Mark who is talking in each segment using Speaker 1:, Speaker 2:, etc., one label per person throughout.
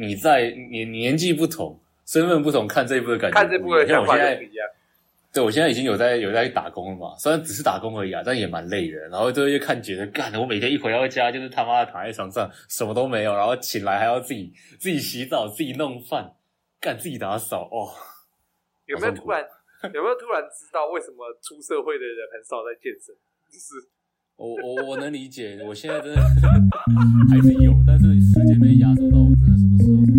Speaker 1: 你在你你年纪不同，身份不同，看这一部的感
Speaker 2: 看这
Speaker 1: 觉不一样，
Speaker 2: 部的
Speaker 1: 像
Speaker 2: 想
Speaker 1: 我
Speaker 2: 法
Speaker 1: 现
Speaker 2: 就
Speaker 1: 在
Speaker 2: 不一样。
Speaker 1: 对，我现在已经有在有在打工了嘛，虽然只是打工而已啊，但也蛮累的。然后就会看觉得，干，我每天一回到家就是他妈的躺在床上，什么都没有，然后醒来还要自己自己洗澡、自己弄饭，干自己打扫，哦，
Speaker 2: 有没有突然 有没有突然知道为什么出社会的人很少在健身？就是
Speaker 1: 我我我能理解，我现在真的 还是有，但是时间被压缩到，我真的什么时候都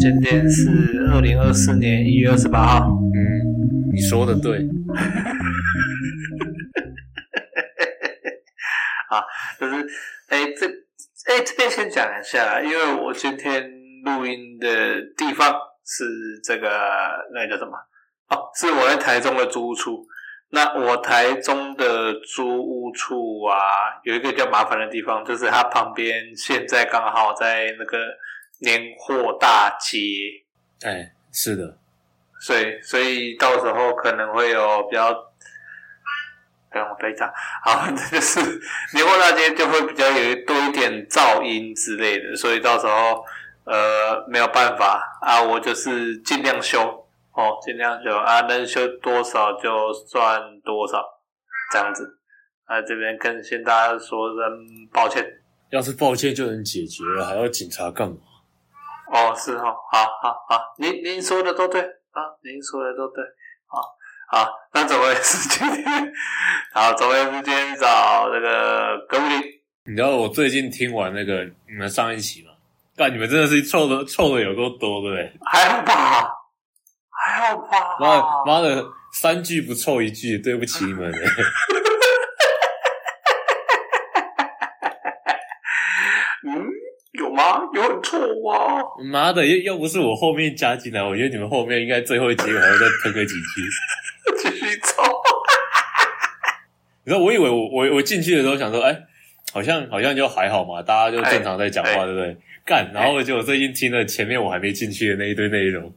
Speaker 3: 今天是二零二四年一月二十八号，
Speaker 1: 嗯，你说的对，
Speaker 3: 就是哎这哎这边先讲一下，因为我今天录音的地方是这个那个叫什么？哦，是我在台中的租屋处。那我台中的租屋处啊，有一个比较麻烦的地方，就是它旁边现在刚好在那个年货大街，
Speaker 1: 哎，是的，
Speaker 3: 所以所以到时候可能会有比较，让我背讲，好， 这就是年货大街就会比较有多一点噪音之类的，所以到时候呃没有办法啊，我就是尽量修哦，尽量修啊，能修多少就算多少这样子。啊，这边跟先大家说声抱歉
Speaker 1: 要是抱歉就能解决了，还要警察干嘛？
Speaker 3: 哦，是哦，好好好，您您说的都对啊，您说的都对，好好，那怎么回事？今天好，怎么回事？今天找这个格布林，
Speaker 1: 你知道我最近听完那个你们上一期嘛？干，你们真的是臭的臭的有够多的嘞！
Speaker 3: 还好吧？还好吧？
Speaker 1: 妈的妈的，三句不凑一句，对不起你们嘞。
Speaker 3: 嗯，有吗？有很臭吗？
Speaker 1: 妈的，要要不是我后面加进来，我觉得你们后面应该最后一集我 还会再喷个几句。
Speaker 3: 继续 臭，
Speaker 1: 你知道，我以为我我我进去的时候想说，哎、好像好像就还好嘛，大家就正常在讲话，
Speaker 3: 哎哎哎
Speaker 1: 对不对？干，然后结果最近听了前面我还没进去的那一堆内容，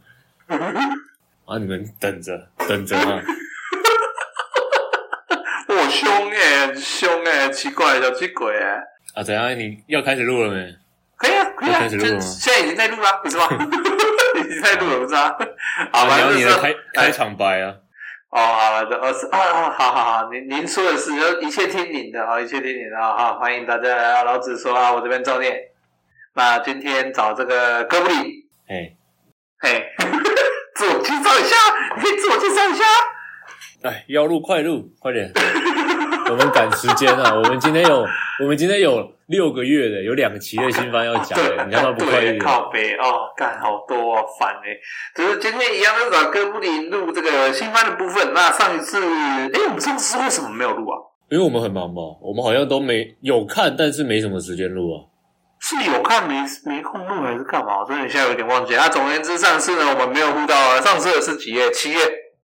Speaker 1: 啊，你们等着等着啊！
Speaker 3: 我凶哎、很凶哎、奇怪，小气鬼哎、
Speaker 1: 啊，怎样？你要开始录了没？
Speaker 3: 可以啊，可以
Speaker 1: 要
Speaker 3: 啊，
Speaker 1: 开始
Speaker 3: 就
Speaker 1: 录了吗
Speaker 3: 现在已经在录了，不啊是吗？ 已经在录了，不是吗？
Speaker 1: 啊
Speaker 3: 好，反
Speaker 1: 你
Speaker 3: 正
Speaker 1: 要
Speaker 3: 就
Speaker 1: 你
Speaker 3: 是
Speaker 1: 的开
Speaker 3: 哎
Speaker 1: 开场白啊！
Speaker 3: 哦，好了，这二十啊，啊好好好，您您说的是，呃就一切听您的啊，一切听您的啊，好，欢迎大家来到老子说啊，我这边照念。那今天找这个哥布林，
Speaker 1: 哎、
Speaker 3: 嘿， 自我介绍一下，你可以自我介绍一下。
Speaker 1: 哎，要录快录，快点！ 我们赶时间啊！我们今天有，我们今天有六个月的，有两期的新番要讲
Speaker 3: 对，
Speaker 1: 的，你干嘛不快一
Speaker 3: 对，
Speaker 1: 点？
Speaker 3: 靠北哦，干好多、哦，烦哎、就是今天一样是找哥布林录这个新番的部分。那上一次，哎，我们上次为什么没有录啊？
Speaker 1: 因为我们很忙嘛，我们好像都没有看，但是没什么时间录啊。
Speaker 3: 是有看没没空录还是干嘛？我真的现在有点忘记。那、总而言之，上次呢我们没有录到啊，上次的是几月？七月。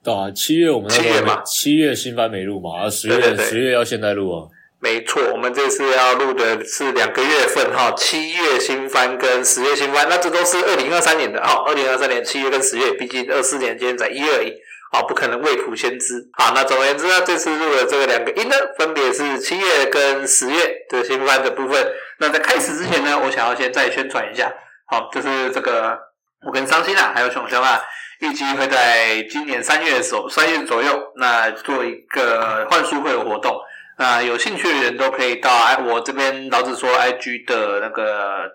Speaker 1: 对啊，七月我们那
Speaker 3: 七
Speaker 1: 时
Speaker 3: 月
Speaker 1: 候
Speaker 3: 嘛
Speaker 1: 没七月新番没录嘛，啊，十
Speaker 3: 对
Speaker 1: 月
Speaker 3: 对对
Speaker 1: 十月要现在录啊。
Speaker 3: 没错，我们这次要录的是两个月份哈，七月新番跟十月新番，那这都是二零二三年的哈，二零二三年七月跟十月，毕竟二四年今天才一月而已，啊，不可能未卜先知。好，那总而言之呢，这次录的这个两个音呢，分别是七月跟十月的新番的部分。那在开始之前呢，我想要先再宣传一下，好，就是这个我跟伤心啊，还有熊熊啊，预计会在今年三月左三月左右，那做一个幻术会的活动。那有兴趣的人都可以到哎，我这边老子说 IG 的那个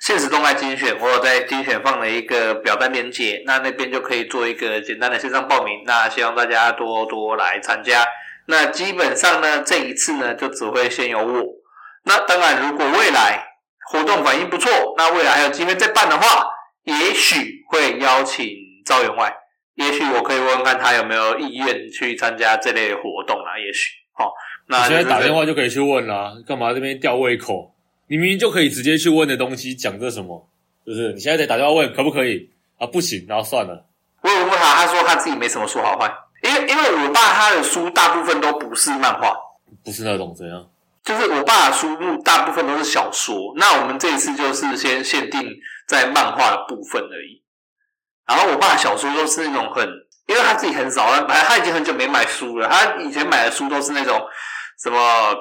Speaker 3: 现实动态精选，我有在精选放了一个表单连接，那那边就可以做一个简单的线上报名。那希望大家多多来参加。那基本上呢，这一次呢就只会先由我。那当然，如果未来活动反应不错，那未来还有机会再办的话，也许会邀请赵员外，也许我可以问问看他有没有意愿去参加这类活动啊，也许哦。那
Speaker 1: 你现在
Speaker 3: 就是
Speaker 1: 打电话就可以去问啦、干嘛这边吊胃口？你明明就可以直接去问的东西，讲这什么？就是你现在得打电话问可不可以啊？不行，然后算了。
Speaker 3: 我有问他，他说他自己没什么说好坏，因为因为我爸他的书大部分都不是漫画，
Speaker 1: 不是那种怎样？
Speaker 3: 就是我爸的书目大部分都是小说。那我们这一次就是先限定在漫画的部分而已。然后我爸的小说都是那种很，因为他自己很少，反正他已经很久没买书了。他以前买的书都是那种什么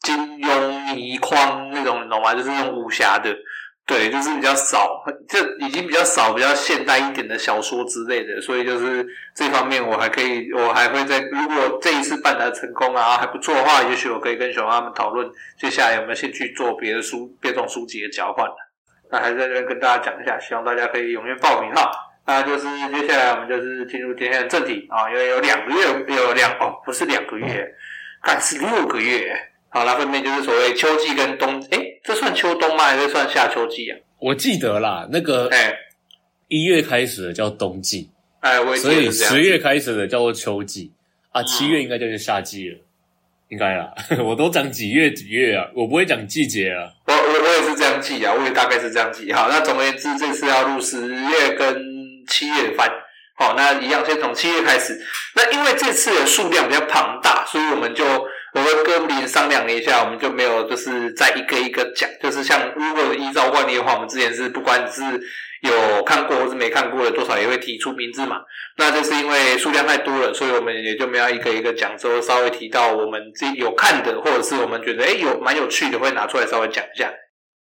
Speaker 3: 金庸、倪匡那种，你懂吗？就是那种武侠的，对，就是比较少，这已经比较少，比较现代一点的小说之类的，所以就是这方面我还可以，我还会在如果这一次办的成功啊，还不错的话，也许我可以跟熊他们讨论，接下来有没有兴趣做别的书、别种书籍的交换。那还是在这边跟大家讲一下，希望大家可以踊跃报名哈。那就是接下来我们就是进入今天的正题啊，因为有两个月，有两哦，不是两个月，但是六个月。好，那分别就是所谓秋季跟冬，诶，这算秋冬吗？还是算夏秋季啊？
Speaker 1: 我记得啦，那个
Speaker 3: 哎
Speaker 1: 一月开始的叫冬季，
Speaker 3: 哎，我也记
Speaker 1: 所
Speaker 3: 得
Speaker 1: 以
Speaker 3: 是这样。嗯
Speaker 1: 十月开始的叫做秋季啊，七月应该就是夏季了，应该啦。 我都讲几月几月啊，我不会讲季节啊。
Speaker 3: 我我我也是这样记啊，我也大概是这样记。好，那总而言之，这次要录十月跟七月的番。好，那一样先从七月开始。那因为这次的数量比较庞大，所以我们就我跟哥布林商量了一下，我们就没有就是再一个一个讲，就是像如果依照惯例的话，我们之前是不管你是有看过或是没看过的，多少也会提出名字嘛。那就是因为数量太多了，所以我们也就没有一个一个讲，之后稍微提到我们自己有看的，或者是我们觉得诶有蛮有趣的，会拿出来稍微讲一下。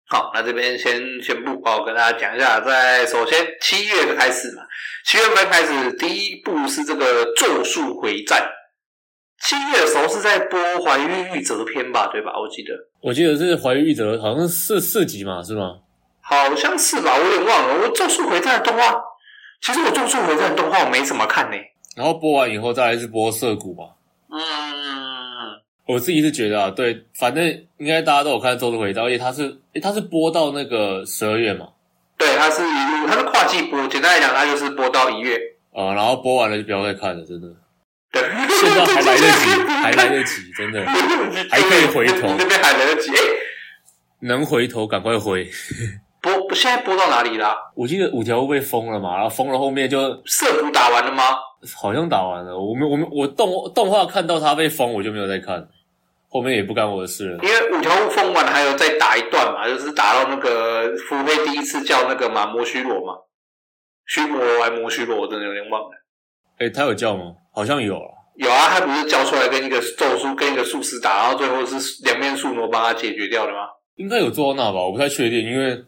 Speaker 3: 好，那这边先宣布哦，跟大家讲一下，在首先七月开始嘛，七月份开始第一部是这个《咒术回战》，七月的时候是在播《怀玉玉则篇》吧，对吧？我记得
Speaker 1: 我记得是怀玉玉则，好像是四集嘛，是吗？
Speaker 3: 好像是吧，我有点忘了。我《咒术回战》的动画，其实我《咒术回战》的动画我没怎么看呢、
Speaker 1: 然后播完以后再来是播涩谷嘛。
Speaker 3: 嗯，
Speaker 1: 我自己是觉得啊，对，反正应该大家都有看《周日回到》，而且它是，诶它是播到那个十二月嘛，
Speaker 3: 对，它是一路，它是跨季播，简单来讲，它就是播到一月。
Speaker 1: 啊、然后播完了就不要再看了，真的。
Speaker 3: 对，
Speaker 1: 现在还来得及，还来得及，真的
Speaker 3: 及
Speaker 1: 还可以回头
Speaker 3: 那边还来得及。哎、
Speaker 1: 能回头赶快回。
Speaker 3: 播现在播到哪里啦？
Speaker 1: 我记得五条悟被封了嘛，然后封了后面就
Speaker 3: 射毒打完了吗？
Speaker 1: 好像打完了。我们我们我动动画看到他被封，我就没有再看，后面也不干我的事了。
Speaker 3: 因为五条悟封完还有再打一段嘛，就是打到那个福飞第一次叫那个嘛魔须罗嘛，须魔罗还魔须罗，我真的有点忘了。
Speaker 1: 诶、他有叫吗？好像有啊。
Speaker 3: 有啊，他不是叫出来跟一个咒术跟一个术士打，然后最后是两面术魔帮他解决掉的吗？
Speaker 1: 应该有做到那吧，我不太确定，因为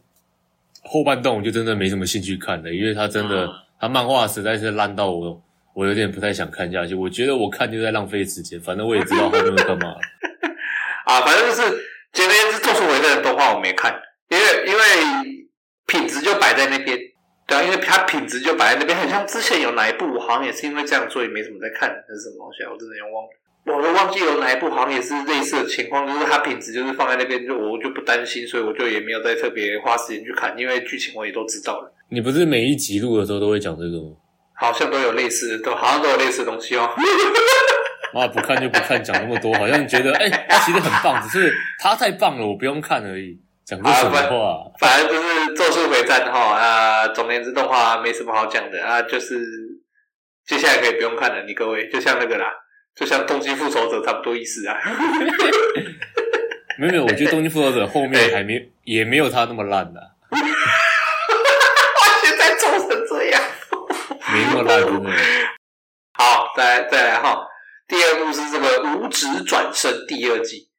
Speaker 1: 后半段我就真的没什么兴趣看了，因为他真的、
Speaker 3: 嗯
Speaker 1: 他漫画实在是烂到我，我有点不太想看下去。我觉得我看就在浪费时间，反正我也知道后面会干嘛了。
Speaker 3: 啊，反正就是简单言之，《咒术回战》的动画我没看，因为因为品质就摆在那边，对啊，因为它品质就摆在那边，很像之前有哪一部，我好像也是因为这样，所以没怎么在看，还是什么东西啊，我真的有点忘了。我都忘记有哪一部，好像也是类似的情况，就是它品质就是放在那边，就我就不担心，所以我就也没有再特别花时间去看，因为剧情我也都知道了，
Speaker 1: 你不是每一集录的时候都会讲这个吗？
Speaker 3: 好像都有类似的，都好像都有类似的东西哦。
Speaker 1: 妈啊不看就不看，讲那么多，好像觉得哎、他其实很棒，只是他太棒了，我不用看而已。讲这什么话、
Speaker 3: 反正就是《咒术回战》哈，啊，总而言之动画没什么好讲的啊，就是接下来可以不用看了，你各位就像那个啦，就像《东京复仇者》差不多意思啊。
Speaker 1: 没有没有，我觉得《东京复仇者》后面还没、也没有他那么烂的、
Speaker 3: 哇，现在做成这样，
Speaker 1: 没那么烂，真的。
Speaker 3: 好，再来再来哈，第二部是这个《无职转生》第二季，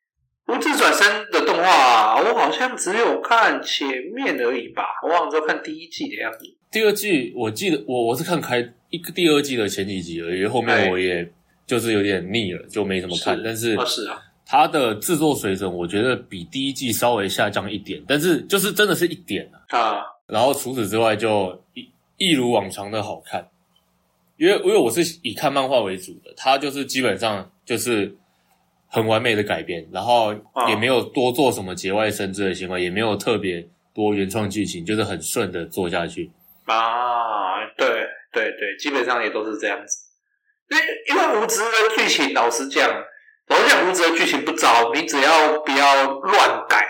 Speaker 3: 《无职转生》的动画、我好像只有看前面而已吧，我好像只有看第一季的样子。
Speaker 1: 第二季我记得我我是看开一个第二季的前几集而已，后
Speaker 3: 哎
Speaker 1: 面我也就是有点腻了，就没怎么看。
Speaker 3: 是
Speaker 1: 但是
Speaker 3: 啊，是啊，
Speaker 1: 它的制作水准，我觉得比第一季稍微下降一点，但是就是真的是一点啊。
Speaker 3: 啊，
Speaker 1: 然后除此之外，就一一如往常的好看，因为因为我是以看漫画为主的，它就是基本上就是很完美的改编，然后也没有多做什么节外生枝的行为，也没有特别多原创剧情，就是很顺的做下去。
Speaker 3: 啊，对对对，基本上也都是这样子。因为因为无职的剧情，老实讲，老实讲，无职的剧情不糟，你只要不要乱改，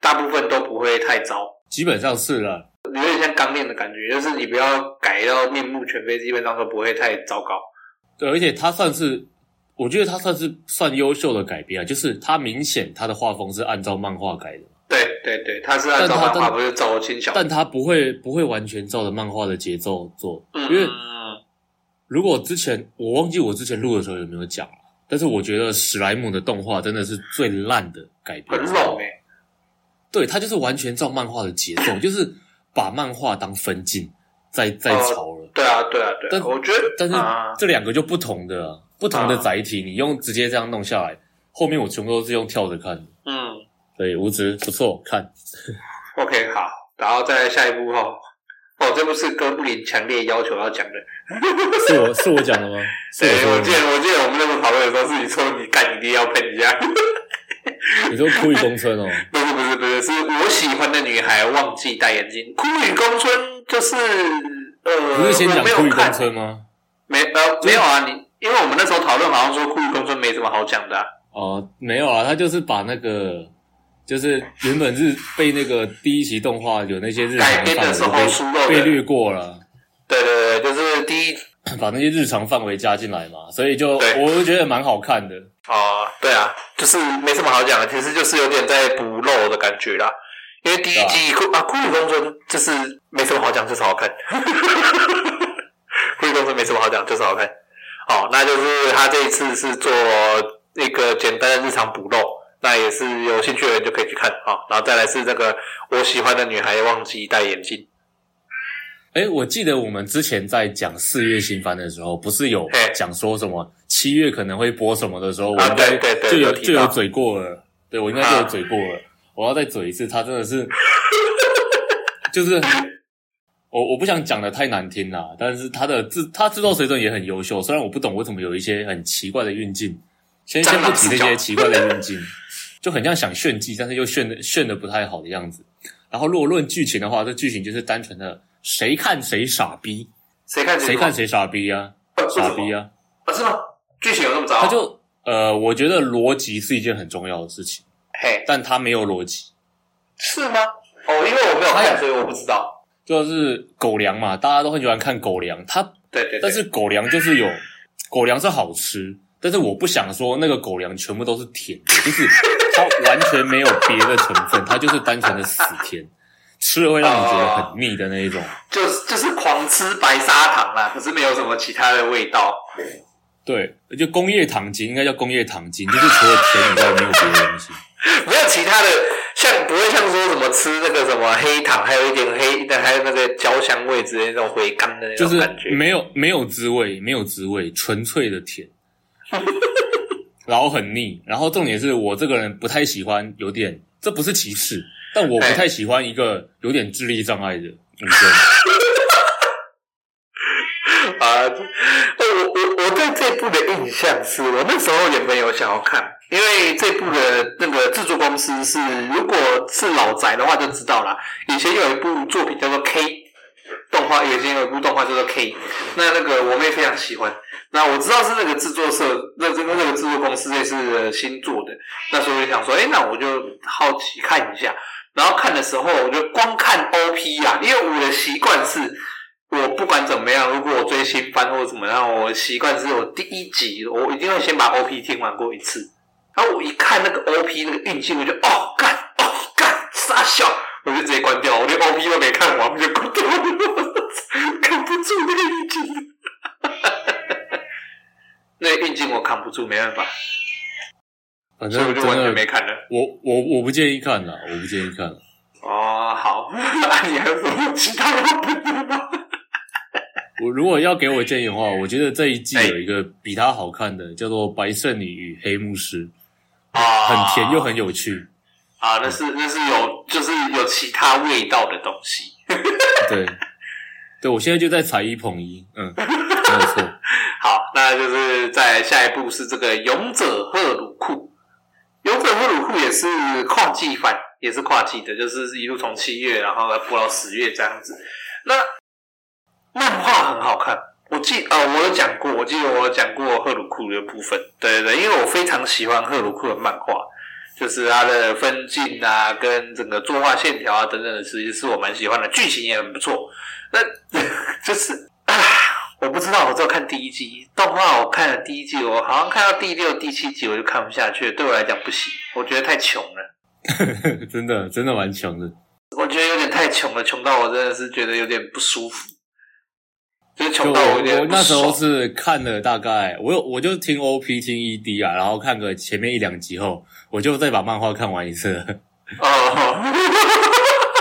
Speaker 3: 大部分都不会太糟。
Speaker 1: 基本上是了，
Speaker 3: 有点像刚练的感觉，就是你不要改到面目全非，基本上都不会太糟糕。
Speaker 1: 对，而且它算是，我觉得它算是算优秀的改编啊，就是它明显它的画风是按照漫画改的，
Speaker 3: 对对对，他是按照
Speaker 1: 但
Speaker 3: 漫
Speaker 1: 他
Speaker 3: 画，
Speaker 1: 但
Speaker 3: 不是照轻小。
Speaker 1: 但它不会不会完全照着漫画的节奏做，
Speaker 3: 嗯，
Speaker 1: 因为
Speaker 3: 嗯
Speaker 1: 如果之前我忘记我之前录的时候有没有讲啊但是我觉得史莱姆的动画真的是最烂的改编
Speaker 3: 很
Speaker 1: 之后
Speaker 3: 拢哎、欸，
Speaker 1: 对，它就是完全照漫画的节 奏，就是把漫画当分镜在在
Speaker 3: 哦
Speaker 1: 抄了。
Speaker 3: 对啊对啊对
Speaker 1: 但
Speaker 3: 啊，我觉得
Speaker 1: 但是
Speaker 3: 啊
Speaker 1: 这两个就不同的啊、不同的
Speaker 3: 啊
Speaker 1: 载体，你用直接这样弄下来，后面我全部都是用跳着看的。
Speaker 3: 嗯
Speaker 1: 对，无职不错，看
Speaker 3: OK 好，然后再下一步哦。哦，这不是哥布林强烈要求要讲的。
Speaker 1: 是我是我讲的吗？是
Speaker 3: 对，我
Speaker 1: 我
Speaker 3: 记
Speaker 1: 说的
Speaker 3: 得我记得我们那时候讨论的时候是你说你干，你一定要喷一下。
Speaker 1: 吗，你说苦雨宫村哦，
Speaker 3: 不是不是不是，是我喜欢的女孩忘记戴眼镜。枯雨宫村就是呃，
Speaker 1: 不是先讲
Speaker 3: 我没
Speaker 1: 苦
Speaker 3: 有
Speaker 1: 雨宫
Speaker 3: 看，
Speaker 1: 村吗？
Speaker 3: 没呃没有啊，你因为我们那时候讨论好像说枯雨宫村没什么好讲的啊、
Speaker 1: 哦，没有啊，他就是把那个，就是原本日被那个第一期动画有那些日
Speaker 3: 改
Speaker 1: 常
Speaker 3: 编的时候
Speaker 1: 范
Speaker 3: 疏
Speaker 1: 围
Speaker 3: 漏
Speaker 1: 被被
Speaker 3: 的。
Speaker 1: 略过了，
Speaker 3: 对对对，就是第一
Speaker 1: 把那些日常范围加进来嘛，所以就
Speaker 3: 对
Speaker 1: 我就觉得蛮好看的。
Speaker 3: 哦，对啊，就是没什么好讲的，其实就是有点在补漏的感觉啦。因为第一季酷啊，酷雨公村就是没什么好讲，就是好看。 酷雨公村没什么好讲，就是好看。哦，那就是他这一次是做一个简单的日常补漏，那也是有兴趣的人就可以去看啊、哦然后再来是这个我喜欢的女孩忘记戴眼镜，
Speaker 1: 哎，我记得我们之前在讲四月新番的时候，不是有
Speaker 3: 嘿
Speaker 1: 讲说什么七月可能会播什么的时候，我
Speaker 3: 啊
Speaker 1: 应该
Speaker 3: 对对对
Speaker 1: 就有
Speaker 3: 有提
Speaker 1: 就有
Speaker 3: 到啊
Speaker 1: 嘴过了，对我应该就有嘴过了。我要再嘴一次，他真的是， 就是我我不想讲的太难听啦，但是他的制他制作水准也很优秀，虽然我不懂为什么有一些很奇怪的运镜，先先不提那些奇怪的运镜，就很像想炫技，但是又炫的炫的不太好的样子。然后如果论剧情的话，这剧情就是单纯的谁看谁傻逼，
Speaker 3: 谁看
Speaker 1: 谁看
Speaker 3: 谁
Speaker 1: 谁傻逼啊，傻
Speaker 3: 傻
Speaker 1: 逼
Speaker 3: 啊？
Speaker 1: 啊！
Speaker 3: 啊是吗？剧情有那么糟？
Speaker 1: 他就呃，我觉得逻辑是一件很重要的事情，
Speaker 3: 嘿
Speaker 1: 但他没有逻辑，
Speaker 3: 是吗？哦，因为我没有
Speaker 1: 他
Speaker 3: 看，
Speaker 1: 有
Speaker 3: 所以我不知道。
Speaker 1: 就是狗粮嘛，大家都很喜欢看狗粮，他
Speaker 3: 对对对。
Speaker 1: 但是狗粮就是有狗粮是好吃，但是我不想说那个狗粮全部都是甜的，就是它完全没有别的成分，它就是单纯的死甜，吃了会让你觉得很腻的那一种。
Speaker 3: 就是就是狂吃白砂糖啦，可是没有什么其他的味道。
Speaker 1: 对，就工业糖精应该叫工业糖精，就是除了甜以外没有别的东西。
Speaker 3: 没有其他的，像不会像说什么吃那个什么黑糖，还有一点黑，那还有那个焦香味之类的那种回甘的那
Speaker 1: 就
Speaker 3: 种
Speaker 1: 是
Speaker 3: 感觉。
Speaker 1: 没有没有滋味，没有滋味，纯粹的甜， 然后很腻。然后重点是我这个人不太喜欢有点，这不是歧视，但我不
Speaker 3: 哎
Speaker 1: 太喜欢一个有点智力障碍的女 生。
Speaker 3: 啊，我我我对这部的印象是我那时候原本有想要看，因为这部的那个制作公司是，如果是老宅的话就知道啦，以前有一部作品叫做 K 动画，以前有一部动画叫做 K，那那个我妹非常喜欢。那我知道是那个制作社，那这个那个制作公司这是新做的，那时候我就想说，哎、那我就好奇看一下。然后看的时候，我就光看 OP 啦，因为我的习惯是，我不管怎么样，如果我追新番或者怎么样，我习惯是我第一集我一定会先把 OP 听完过一次。然后我一看那个 OP 那个运镜，我就哦干哦干傻笑，我就直接关掉，我连 OP 都没看完，我就关掉了， 扛不住那个运镜。 那个运镜我扛不住，没办法，
Speaker 1: 反
Speaker 3: 所以我
Speaker 1: 正
Speaker 3: 就
Speaker 1: 真
Speaker 3: 完全
Speaker 1: 的
Speaker 3: 没，看了。
Speaker 1: 我我我不建议看了，我不建议看了。
Speaker 3: 哦，好， 那你还有什么其他的 朋友吗？
Speaker 1: 我如果要给我建议的话，我觉得这一
Speaker 3: 哎
Speaker 1: 季有一个比它好看的，叫做《白圣女与黑牧师》，
Speaker 3: 啊
Speaker 1: 很甜又很有趣。
Speaker 3: 啊，那是那是有就是有其他味道的东西。
Speaker 1: 对，对我现在就在踩一捧一，嗯，没有错。
Speaker 3: 好，那就是在下一步是这个勇者赫鲁库。勇者赫鲁库也是跨季番，也是跨季的，就是一路从七月然后播到十月这样子。那漫画很好看，我记呃我有讲过，我记得我有讲过赫鲁库的部分。对对对，因为我非常喜欢赫鲁库的漫画。就是它的分镜啊，跟整个作画线条啊等等的，其实是我蛮喜欢的，剧情也很不错。那 就是啊，我不知道，我只有看第一季动画，我看了第一季，我好像看到第六、第七集我就看不下去了，对我来讲不行，我觉得太穷了，
Speaker 1: 真的真的蛮强的。
Speaker 3: 我觉得有点太穷了，穷到我真的是觉得有点不舒服。就是
Speaker 1: 就
Speaker 3: 穷到
Speaker 1: 我
Speaker 3: 有点
Speaker 1: 我
Speaker 3: 不
Speaker 1: 那时候
Speaker 3: 爽
Speaker 1: 是看了大概，我有我就听 OP 听 ED 啊，然后看个前面一两集后，我就再把漫画看完一次 了，
Speaker 3: 哦，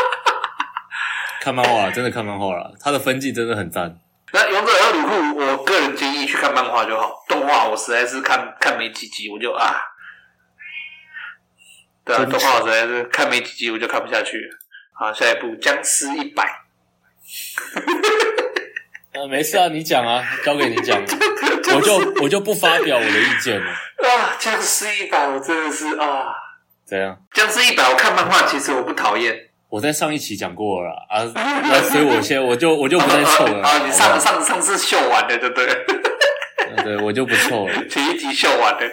Speaker 1: 看漫画了，真的看漫画了，它的分季真的很赞。
Speaker 3: 那《勇者和吕布》，我个人建议去看漫画就好，动画我实在是看看没几集我就啊，对啊，
Speaker 1: 真
Speaker 3: 动画我实在是看没几集我就看不下去了。好，下一部《僵尸一百》，
Speaker 1: 啊，没事啊，你讲啊，交给你 讲，我就我就不发表我的意见了。
Speaker 3: 啊，《僵尸一百》我真的是啊，
Speaker 1: 怎样？
Speaker 3: 《僵尸一百》我看漫画其实我不讨厌，
Speaker 1: 我在上一期讲过了啦啊，那所以我现在我就我就不再凑了啦
Speaker 3: 啊，你
Speaker 1: 好
Speaker 3: 上
Speaker 1: 不好
Speaker 3: 上上次秀完了，对不对？
Speaker 1: 嗯对，我就不凑了。
Speaker 3: 前一集笑完了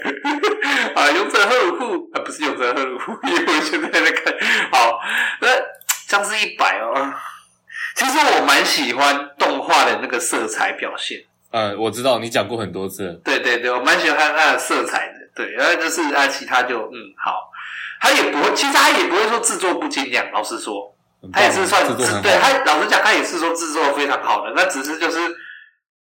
Speaker 3: 啊，勇者赫鲁库啊，不是勇者赫鲁库， 因为我现在在看。好，那僵尸一百哦，其实我蛮喜欢动画的那个色彩表现。
Speaker 1: 嗯，我知道你讲过很多次了，
Speaker 3: 对对对，我蛮喜欢它的色彩的。对，然后就是啊，其他就嗯好，他也不会，其实他也不会说制作不精良，老实说，
Speaker 1: 很
Speaker 3: 他
Speaker 1: 棒啊
Speaker 3: 也是算
Speaker 1: 制作很
Speaker 3: 对
Speaker 1: 好，
Speaker 3: 他老实讲，他也是说制作得非常好的，那只是就是，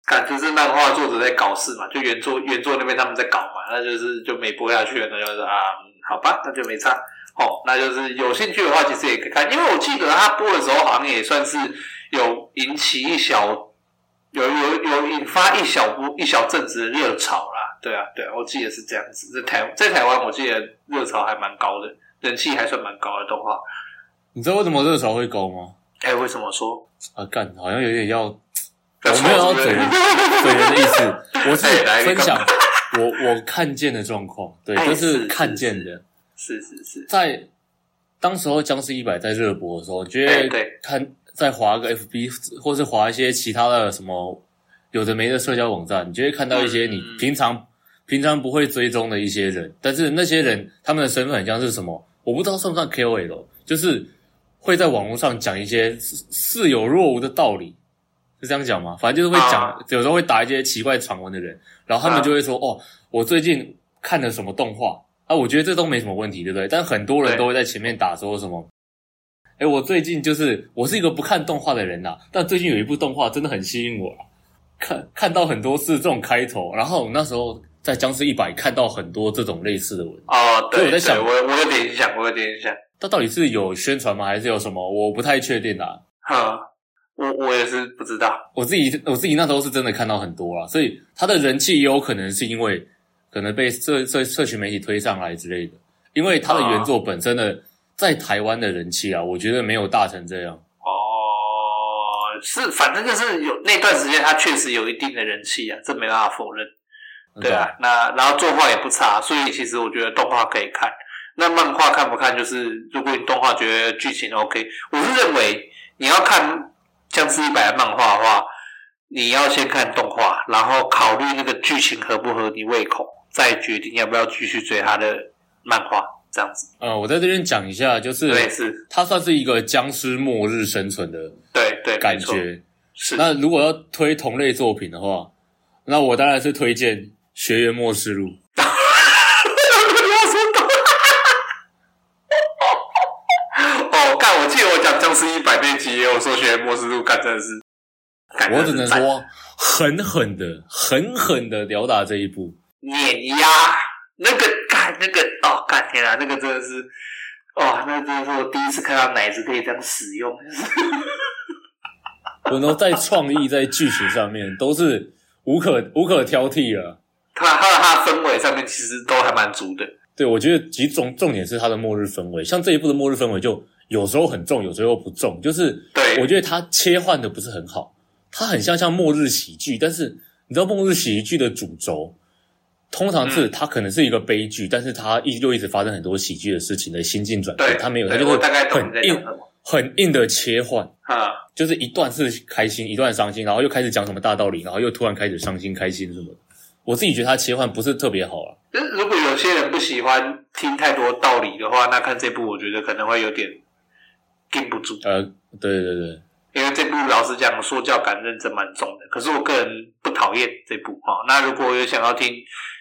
Speaker 3: 感就是漫画作者在搞事嘛，就原作原作那边他们在搞嘛，那就是就没播下去了，那就是啊，嗯好吧，那就没差。哦，那就是有兴趣的话，其实也可以看，因为我记得他播的时候好像也算是有引起一小有有有引发一小波一小阵子的热潮啦。对啊，对啊，我记得是这样子。在台在台湾，我记得热潮还蛮高的，人气还算蛮高的动画。
Speaker 1: 你知道为什么热潮会高吗？
Speaker 3: 哎，为什么说？
Speaker 1: 啊，干，好像有点 要
Speaker 3: 我
Speaker 1: 我没有要嘴人 嘴人的意思，我是
Speaker 3: 哎来一个
Speaker 1: 分享我我看见的状况，对，
Speaker 3: 哎
Speaker 1: 这
Speaker 3: 是
Speaker 1: 是看见的。
Speaker 3: 是是是，
Speaker 1: 在当时候僵尸一百在热播的时候，你就
Speaker 3: 哎
Speaker 1: 会
Speaker 3: 对
Speaker 1: 看在划个 FB 或是划一些其他的什么有的没的社交网站，你就会看到一些
Speaker 3: 嗯
Speaker 1: 你平常、平常不会追踪的一些人，但是那些人他们的身份很像是什么，我不知道算不算 KOL，就是会在网络上讲一些似似有若无的道理。是这样讲吗？反正就是会讲，
Speaker 3: 啊
Speaker 1: 有时候会打一些奇怪传闻的人，然后他们就会说：“哦，我最近看了什么动画啊？”我觉得这都没什么问题，对不对？但很多人
Speaker 3: 对
Speaker 1: 都会在前面打说什么：“哎，我最近就是我是一个不看动画的人呐、但最近有一部动画真的很吸引我、啊，看看到很多次这种开头，然后我那时候在僵尸一百看到很多这种类似的文，
Speaker 3: 哦，对，
Speaker 1: 所以我在想
Speaker 3: 对我我有点影响，我有点影响。
Speaker 1: 它到底是有宣传吗？还是有什么？我不太确定啊。
Speaker 3: 哈，我我也是不知道。
Speaker 1: 我自己我自己那时候是真的看到很多啊，所以他的人气也有可能是因为可能被社社社群媒体推上来之类的，因为他的
Speaker 3: 啊
Speaker 1: 原作本身的在台湾的人气啊，我觉得没有大成这样。
Speaker 3: 哦，是，反正就是有那段时间，它确实有一定的人气啊，这没办法否认。对啊，那然后作画也不差，所以其实我觉得动画可以看。那漫画看不看，就是如果你动画觉得剧情 OK，我是认为你要看《僵尸一百》的漫画的话，你要先看动画，然后考虑那个剧情合不合你胃口，再决定要不要继续追他的漫画，这样子。
Speaker 1: 呃，我在这边讲一下，就是
Speaker 3: 对，是，
Speaker 1: 它算是一个僵尸末日生存的
Speaker 3: 对对，
Speaker 1: 感
Speaker 3: 没错
Speaker 1: 觉。
Speaker 3: 是。
Speaker 1: 那如果要推同类作品的话，那我当然是推荐《学员末世录》。
Speaker 3: 哦，干！我记得我讲僵尸一百那集也有说学末世录，干真的是，干
Speaker 1: 我只
Speaker 3: 真的
Speaker 1: 能
Speaker 3: 是赞
Speaker 1: 说，狠狠的、狠狠的吊打这一部。
Speaker 3: 碾压那个干那个哦干天啊，那个真的是哦，那真的是我第一次看到奶子可以这样使用，
Speaker 1: 我能在创意、在剧情上面都是无可无可挑剔了。
Speaker 3: 它它它氛围上面其实都还蛮足的，
Speaker 1: 对，我觉得其实重重点是它的末日氛围，像这一部的末日氛围就有时候很重，有时候又不重，就是
Speaker 3: 对
Speaker 1: 我觉得它切换的不是很好，它很像像末日喜剧，但是你知道末日喜剧的主轴。通常
Speaker 3: 嗯
Speaker 1: 是它可能是一个悲剧，但是它一又一直发生很多喜剧的事情的心境转
Speaker 3: 对
Speaker 1: 变，，它没有，它
Speaker 3: 对
Speaker 1: 就
Speaker 3: 我
Speaker 1: 是
Speaker 3: 大概懂你
Speaker 1: 很
Speaker 3: 在
Speaker 1: 哎
Speaker 3: 讲
Speaker 1: 硬
Speaker 3: 什么，
Speaker 1: 很硬的切换。
Speaker 3: 啊
Speaker 1: 就是一段是开心，一段伤心，然后又开始讲什么大道理，然后又突然开始伤心、开心什么的。我自己觉得他切换不是特别好啊。
Speaker 3: 但是如果有些人不喜欢听太多道理的话，那看这部我觉得可能会有点禁不住，
Speaker 1: 呃，对对对，
Speaker 3: 因为这部老实讲说教感认真蛮重的。可是我个人不
Speaker 4: 讨厌这部哈、哦。那如果有想要听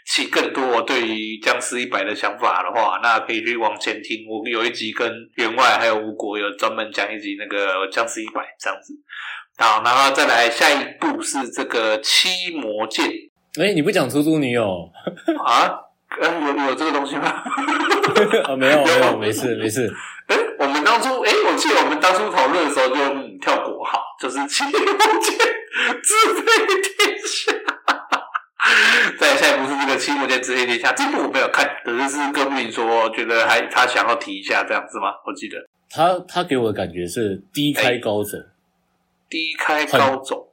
Speaker 4: 其更多我对于僵尸一百的想法的话，那可以去往前听。我有一集跟员外还有吴国有专门讲一集那个僵尸一百这样子。好，然后再来下一步是这个七魔剑
Speaker 1: 哎、你不讲出租女友
Speaker 4: 啊，呃，有有这个东西吗？
Speaker 1: 啊？没有没有，没事没事。
Speaker 4: 哎，我们当初，哎，我记得我们当初讨论的时候就、嗯、跳国好，就是七魔剑自飞天下。再下一步是这个七魔剑自飞天下，这部我没有看，可是是跟你说，觉得还他想要提一下这样子吗？我记得
Speaker 1: 他他给我的感觉是低开高走，
Speaker 4: 低开高走，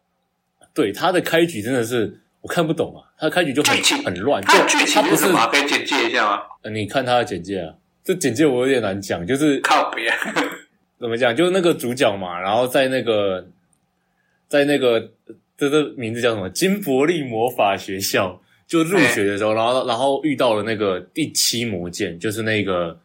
Speaker 1: 对他的开局真的是我看不懂啊，他的开局就很
Speaker 4: 剧情
Speaker 1: 很乱，就
Speaker 4: 它的剧
Speaker 1: 他
Speaker 4: 情
Speaker 1: 不
Speaker 4: 是什
Speaker 1: 是
Speaker 4: 么啊？可以简介一下吗？
Speaker 1: 呃你看他的简介啊，这简介我有点难讲，就是
Speaker 4: 靠别，
Speaker 1: 怎么讲，就是那个主角嘛，然后在那个在那个这这名字叫什么金伯利魔法学校就入学的时候，然后然后遇到了那个第七魔剑，就是那个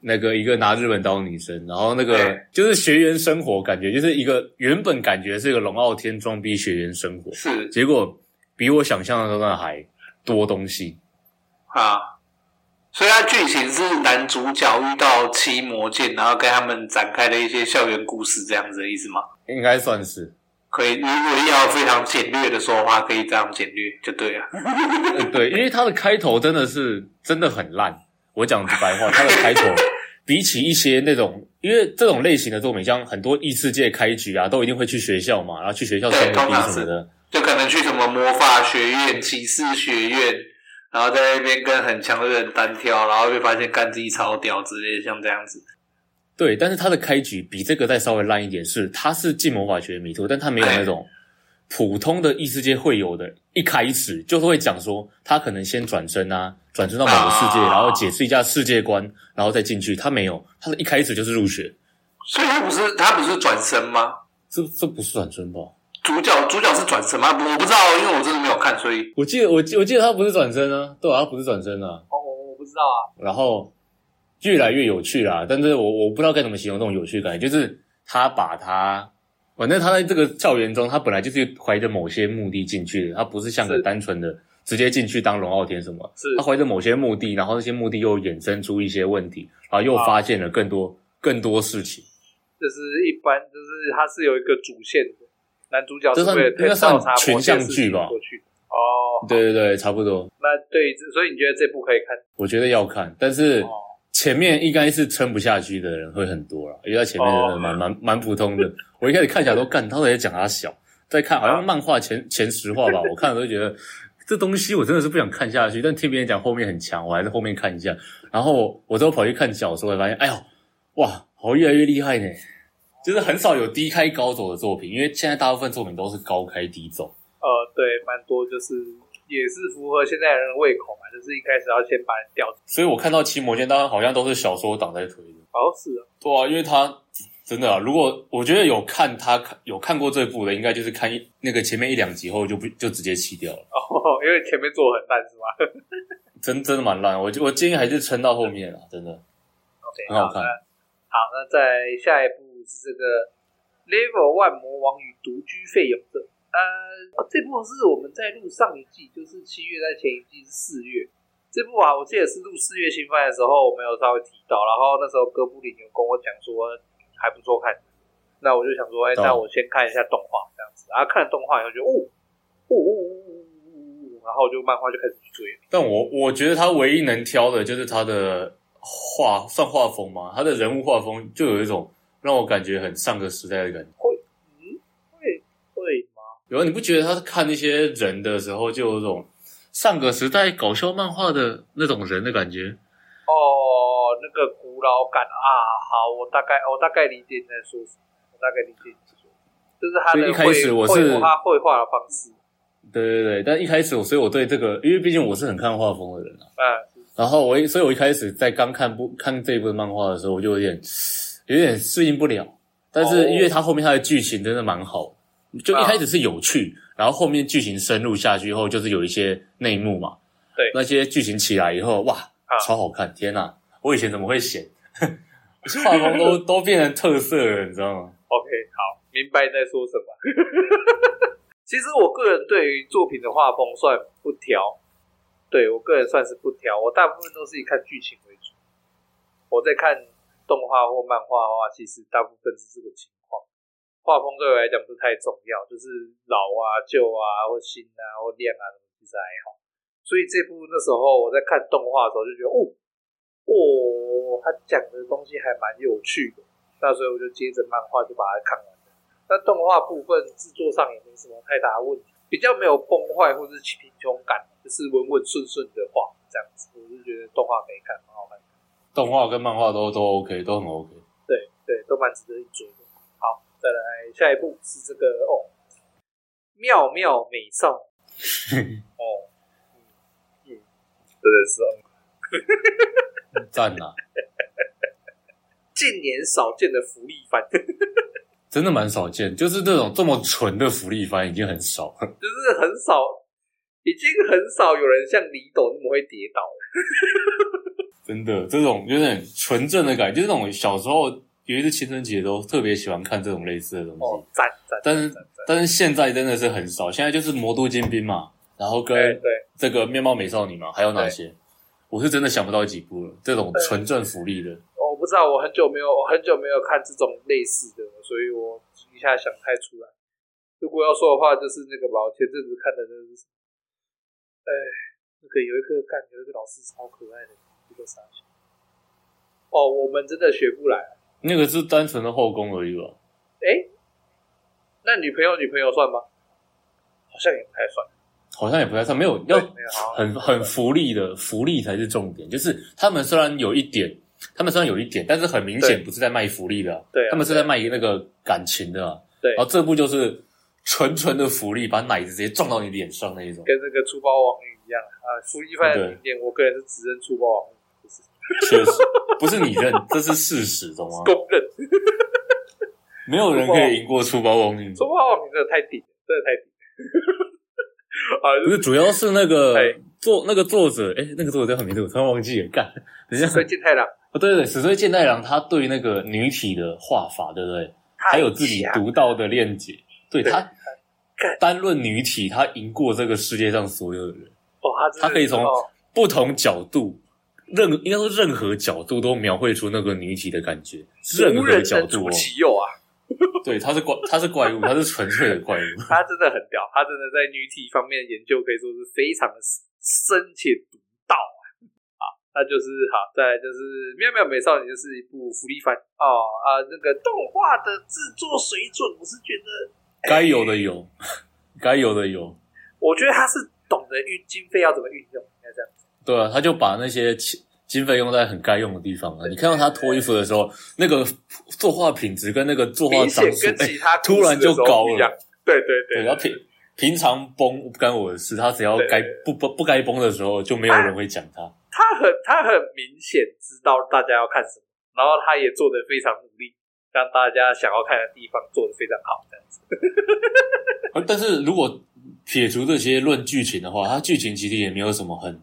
Speaker 1: 那个一个拿日本刀的女生，然后那个
Speaker 4: 哎
Speaker 1: 就是学员生活感觉就是一个原本感觉是一个龙傲天装逼学员生活，
Speaker 4: 是
Speaker 1: 结果比我想象的那还多东西。
Speaker 4: 啊。所以它剧情是男主角遇到七魔剑，然后跟他们展开了一些校园故事，这样子的意思吗？
Speaker 1: 应该算是，
Speaker 4: 可以，如果要非常简略的说的话，可以这样简略就对了。
Speaker 1: 呃 对，因为它的开头真的是真的很烂。我讲白话，它的开头比起一些那种，因为这种类型的作品，像很多异世界开局啊，都一定会去学校嘛，然后去学校
Speaker 4: 对
Speaker 1: 生个
Speaker 4: 通
Speaker 1: 逼
Speaker 4: 常
Speaker 1: 什么
Speaker 4: 是
Speaker 1: 的。
Speaker 4: 就可能去什么魔法学院、骑士学院，然后在那边跟很强的人单挑，然后被发现干自己超屌之类的，像这样子。
Speaker 1: 对，但是它的开局比这个再稍微烂一点是，它是进魔法学院迷途，但它没有
Speaker 4: 哎
Speaker 1: 那种普通的异世界会有的，一开始就是会讲说他可能先转身啊，转身到某个世界，
Speaker 4: 啊
Speaker 1: 然后解释一下世界观，然后再进去。他没有，他的一开始就是入学，
Speaker 4: 所以他不是他不是转身吗？
Speaker 1: 这这不是转身吧？
Speaker 4: 主角主角是转身吗？不我不知道，因为我真的没有看，所以
Speaker 1: 我记得我记我记得他不是转身啊，对啊，他不是转身啊，
Speaker 3: 哦，我我不知道啊，
Speaker 1: 然后越来越有趣啦。但是我我不知道该怎么形容这种有趣感，就是他把他，反正他在这个校园中，他本来就是怀着某些目的进去的，他不是像个
Speaker 3: 是
Speaker 1: 单纯的直接进去当龙傲天什么，
Speaker 3: 是
Speaker 1: 他怀着某些目的，然后那些目的又衍生出一些问题，然后又发现了更多、更多事情。
Speaker 3: 就是一般就是它是有一个主线的，男主角
Speaker 1: 这
Speaker 3: 是
Speaker 1: 算
Speaker 3: 为了
Speaker 1: 应该
Speaker 3: 推
Speaker 1: 算
Speaker 3: 倒插
Speaker 1: 群
Speaker 3: 某些
Speaker 1: 像
Speaker 3: 事
Speaker 1: 剧
Speaker 3: 情
Speaker 1: 吧
Speaker 3: 过去的。哦，
Speaker 1: 对对对，差不多，
Speaker 3: 那对，所以你觉得这部可以看？
Speaker 1: 我觉得要看，但是。
Speaker 3: 哦
Speaker 1: 前面应该是撑不下去的人会很多了，因为他前面真的蛮蛮蛮普通的。我一开始看起来都干，他在讲他小，在看好像漫画前前十话吧，我看了都觉得这东西我真的是不想看下去。但听别人讲后面很强，我还是后面看一下。然后我之后跑去看小说，才发现，哎呦，哇，好越来越厉害呢！就是很少有低开高走的作品，因为现在大部分作品都是高开低走。
Speaker 3: 呃，对，蛮多，就是也是符合现在人的胃口嘛，就是一开始要先把人吊住。
Speaker 1: 所以我看到《奇魔剑》，当然好像都是小说党在推的。
Speaker 3: 哦，是啊，
Speaker 1: 对啊，因为他真的啊，如果我觉得有看他看有看过这部的，应该就是看一那个前面一两集后就不就直接弃掉了，
Speaker 3: 哦，因为前面做得很烂是吗
Speaker 1: 真真的蛮烂。我我建议还是撑到后面了，啊真的
Speaker 3: ？OK，
Speaker 1: 很好看。
Speaker 3: 好，那再下一步是这个 Level One 魔王与独居费勇者。呃，这部是我们在录上一季，就是七月在前一季是四月。这部啊，我记得是录四月新番的时候，我们有稍微提到，然后那时候哥布林有跟我讲说还不错看，那我就想说，哎、
Speaker 1: 懂
Speaker 3: 那我先看一下动画这样子，然后看了动画以后就，哦，哦哦哦哦哦哦，然后我就漫画就开始去追了。
Speaker 1: 但我我觉得他唯一能挑的就是他的画，算画风吗？他的人物画风就有一种让我感觉很上个时代的感觉。
Speaker 3: 嗯，会会吗？
Speaker 1: 有啊，你不觉得他看那些人的时候就有一种上个时代搞笑漫画的那种人的感觉？
Speaker 3: 哦，那个古老感啊，好，我大概哦我大概理解你在说什么，我大概理解你在说什么，就是他
Speaker 1: 所以
Speaker 3: 的
Speaker 1: 一开始
Speaker 3: 绘
Speaker 1: 我
Speaker 3: 绘
Speaker 1: 是
Speaker 3: 画绘画的方式，
Speaker 1: 对对对，但一开始我所以我对这个，因为毕竟我是很看画风的人啊。
Speaker 3: 嗯，
Speaker 1: 然后我一，所以我一开始在刚看部看这一部漫画的时候，我就有点有点适应不了。但是
Speaker 3: 哦
Speaker 1: 因为它后面它的剧情真的蛮好，就一开始是有趣，然后后面剧情深入下去后，就是有一些内幕嘛。
Speaker 3: 对
Speaker 1: 那些剧情起来以后，哇，
Speaker 3: 啊
Speaker 1: 超好看！天哪，我以前怎么会写？画风都 都变成特色了，你知道吗？
Speaker 3: ，OK，好，明白你在说什么。 其实我个人对于作品的画风算不挑，对我个人算是不挑，我大部分都是以看剧情为主。我在看动画或漫画的话，其实大部分是这个情况。画风对我来讲不太重要，就是老啊、旧啊、或新啊、或亮啊什么，其实还好。所以这部那时候我在看动画的时候就觉得，哦，哦，他讲的东西还蛮有趣的。那所以我就接着漫画就把它看完了。那动画部分制作上也没什么太大问题，比较没有崩坏或是贫穷感，就是稳稳顺顺的画这样子。我就觉得动画可以看，蛮好看的。
Speaker 1: 动画跟漫画都都 OK，都很 OK。
Speaker 3: 对对，都蛮值得一追的。好，再来下一步是这个哦，妙妙美少女哦，嗯嗯，真的是哦
Speaker 1: 赞啊啦，
Speaker 3: 近年少见的福利番，
Speaker 1: 真的蛮少见，就是这种这么纯的福利番已经很少了。
Speaker 3: 就是很少，已经很少有人像李斗那么会跌倒了。
Speaker 1: 真的，这种有点纯正的感觉，就是那种小时候，尤其是青春期的时候，特别喜欢看这种类似的东西。
Speaker 3: 哦，赞赞，
Speaker 1: 但是
Speaker 3: 赞赞
Speaker 1: 但是现在真的是很少，现在就是《魔都精兵》嘛，然后
Speaker 3: 对
Speaker 1: 跟
Speaker 3: 哎对，
Speaker 1: 这个《面包美少女》嘛，还有哪些？我是真的想不到几部了，这种纯正福利的。
Speaker 3: 我不知道，我很久没有，我很久没有看这种类似的了，所以我一下想不太出来。如果要说的话，就是那个吧，我前阵子看的那个是什么，哎，那个有一个干有一个老师超可爱的，一个傻笑。哦，我们真的学不来。啊
Speaker 1: 那个是单纯的后宫而已吧？
Speaker 3: 哎、那女朋友女朋友算吗？好像也不太算，
Speaker 1: 好像也不太算，没有
Speaker 3: 对
Speaker 1: 要
Speaker 3: 没有好啊像
Speaker 1: 很很福利的福利才是重点。就是他们虽然有一点，他们虽然有一点，但是很明
Speaker 3: 对
Speaker 1: 显不是在卖福利的啊、
Speaker 3: 对啊
Speaker 1: 他们是在卖那个感情的、啊。
Speaker 3: 对
Speaker 1: 然后这部就是纯纯的福利，把奶子直接撞到你脸上那一种。
Speaker 3: 跟那个粗包王一样啊。福一番的经典，我个人是只认粗包王，就是
Speaker 1: 确实，不是你认，这是事实，懂 吗？
Speaker 3: 公认。
Speaker 1: 没有人可以赢过粗包王女。
Speaker 3: 粗包王真的太顶了，真的太顶了。 啊，
Speaker 1: 不是，主要是那个
Speaker 3: 哎
Speaker 1: 作那个作者，哎，那个作者叫什么名字？我突然忘记了。干，等一下，
Speaker 3: 所以健太郎
Speaker 1: 哦，对对，死水健太郎他对那个女体的画法，对不对？还有自己
Speaker 3: 太强
Speaker 1: 独到的见解，对
Speaker 3: 啊对
Speaker 1: 他
Speaker 3: 干
Speaker 1: 单论女体，他赢过这个世界上所有的人。
Speaker 3: 哦，他真的
Speaker 1: 他可以从
Speaker 3: 哦
Speaker 1: 不同角度，任应该说任何角度都描绘出那个女体的感觉，任
Speaker 3: 无
Speaker 1: 何
Speaker 3: 人
Speaker 1: 角
Speaker 3: 能
Speaker 1: 度
Speaker 3: 出
Speaker 1: 哦。
Speaker 3: 其右啊，
Speaker 1: 对，他是怪，他是怪物， 他是纯粹的怪物。
Speaker 3: 他真的很屌，他真的在女体方面的研究可以说是非常的深且独到啊。好，那就是好，再来就是《妙妙美少女》就是一部福利番哦啊，那个动画的制作水准，我是觉得，
Speaker 1: 该有的有， 该有的有。
Speaker 3: 我觉得他是懂得运经费要怎么运用，应该这样。
Speaker 1: 对啊，他就把那些钱经费用在很该用的地方了。你看到他脱衣服的时候，那个作画品质跟那个作画
Speaker 3: 明显
Speaker 1: 长处，
Speaker 3: 跟
Speaker 1: 哎、
Speaker 3: 其他
Speaker 1: 突然就高
Speaker 3: 故事的时候不一样
Speaker 1: 了。。
Speaker 3: 对对对
Speaker 1: 对，然后平平常崩不干我的事，他只要
Speaker 3: 对
Speaker 1: 该不不不该崩的时候，就没有人会讲他。
Speaker 3: 他很他很明显知道大家要看什么，然后他也做的非常努力，让大家想要看的地方做的非常好，这样子。
Speaker 1: 而呃但是如果撇除这些论剧情的话，它剧情其实也没有什么很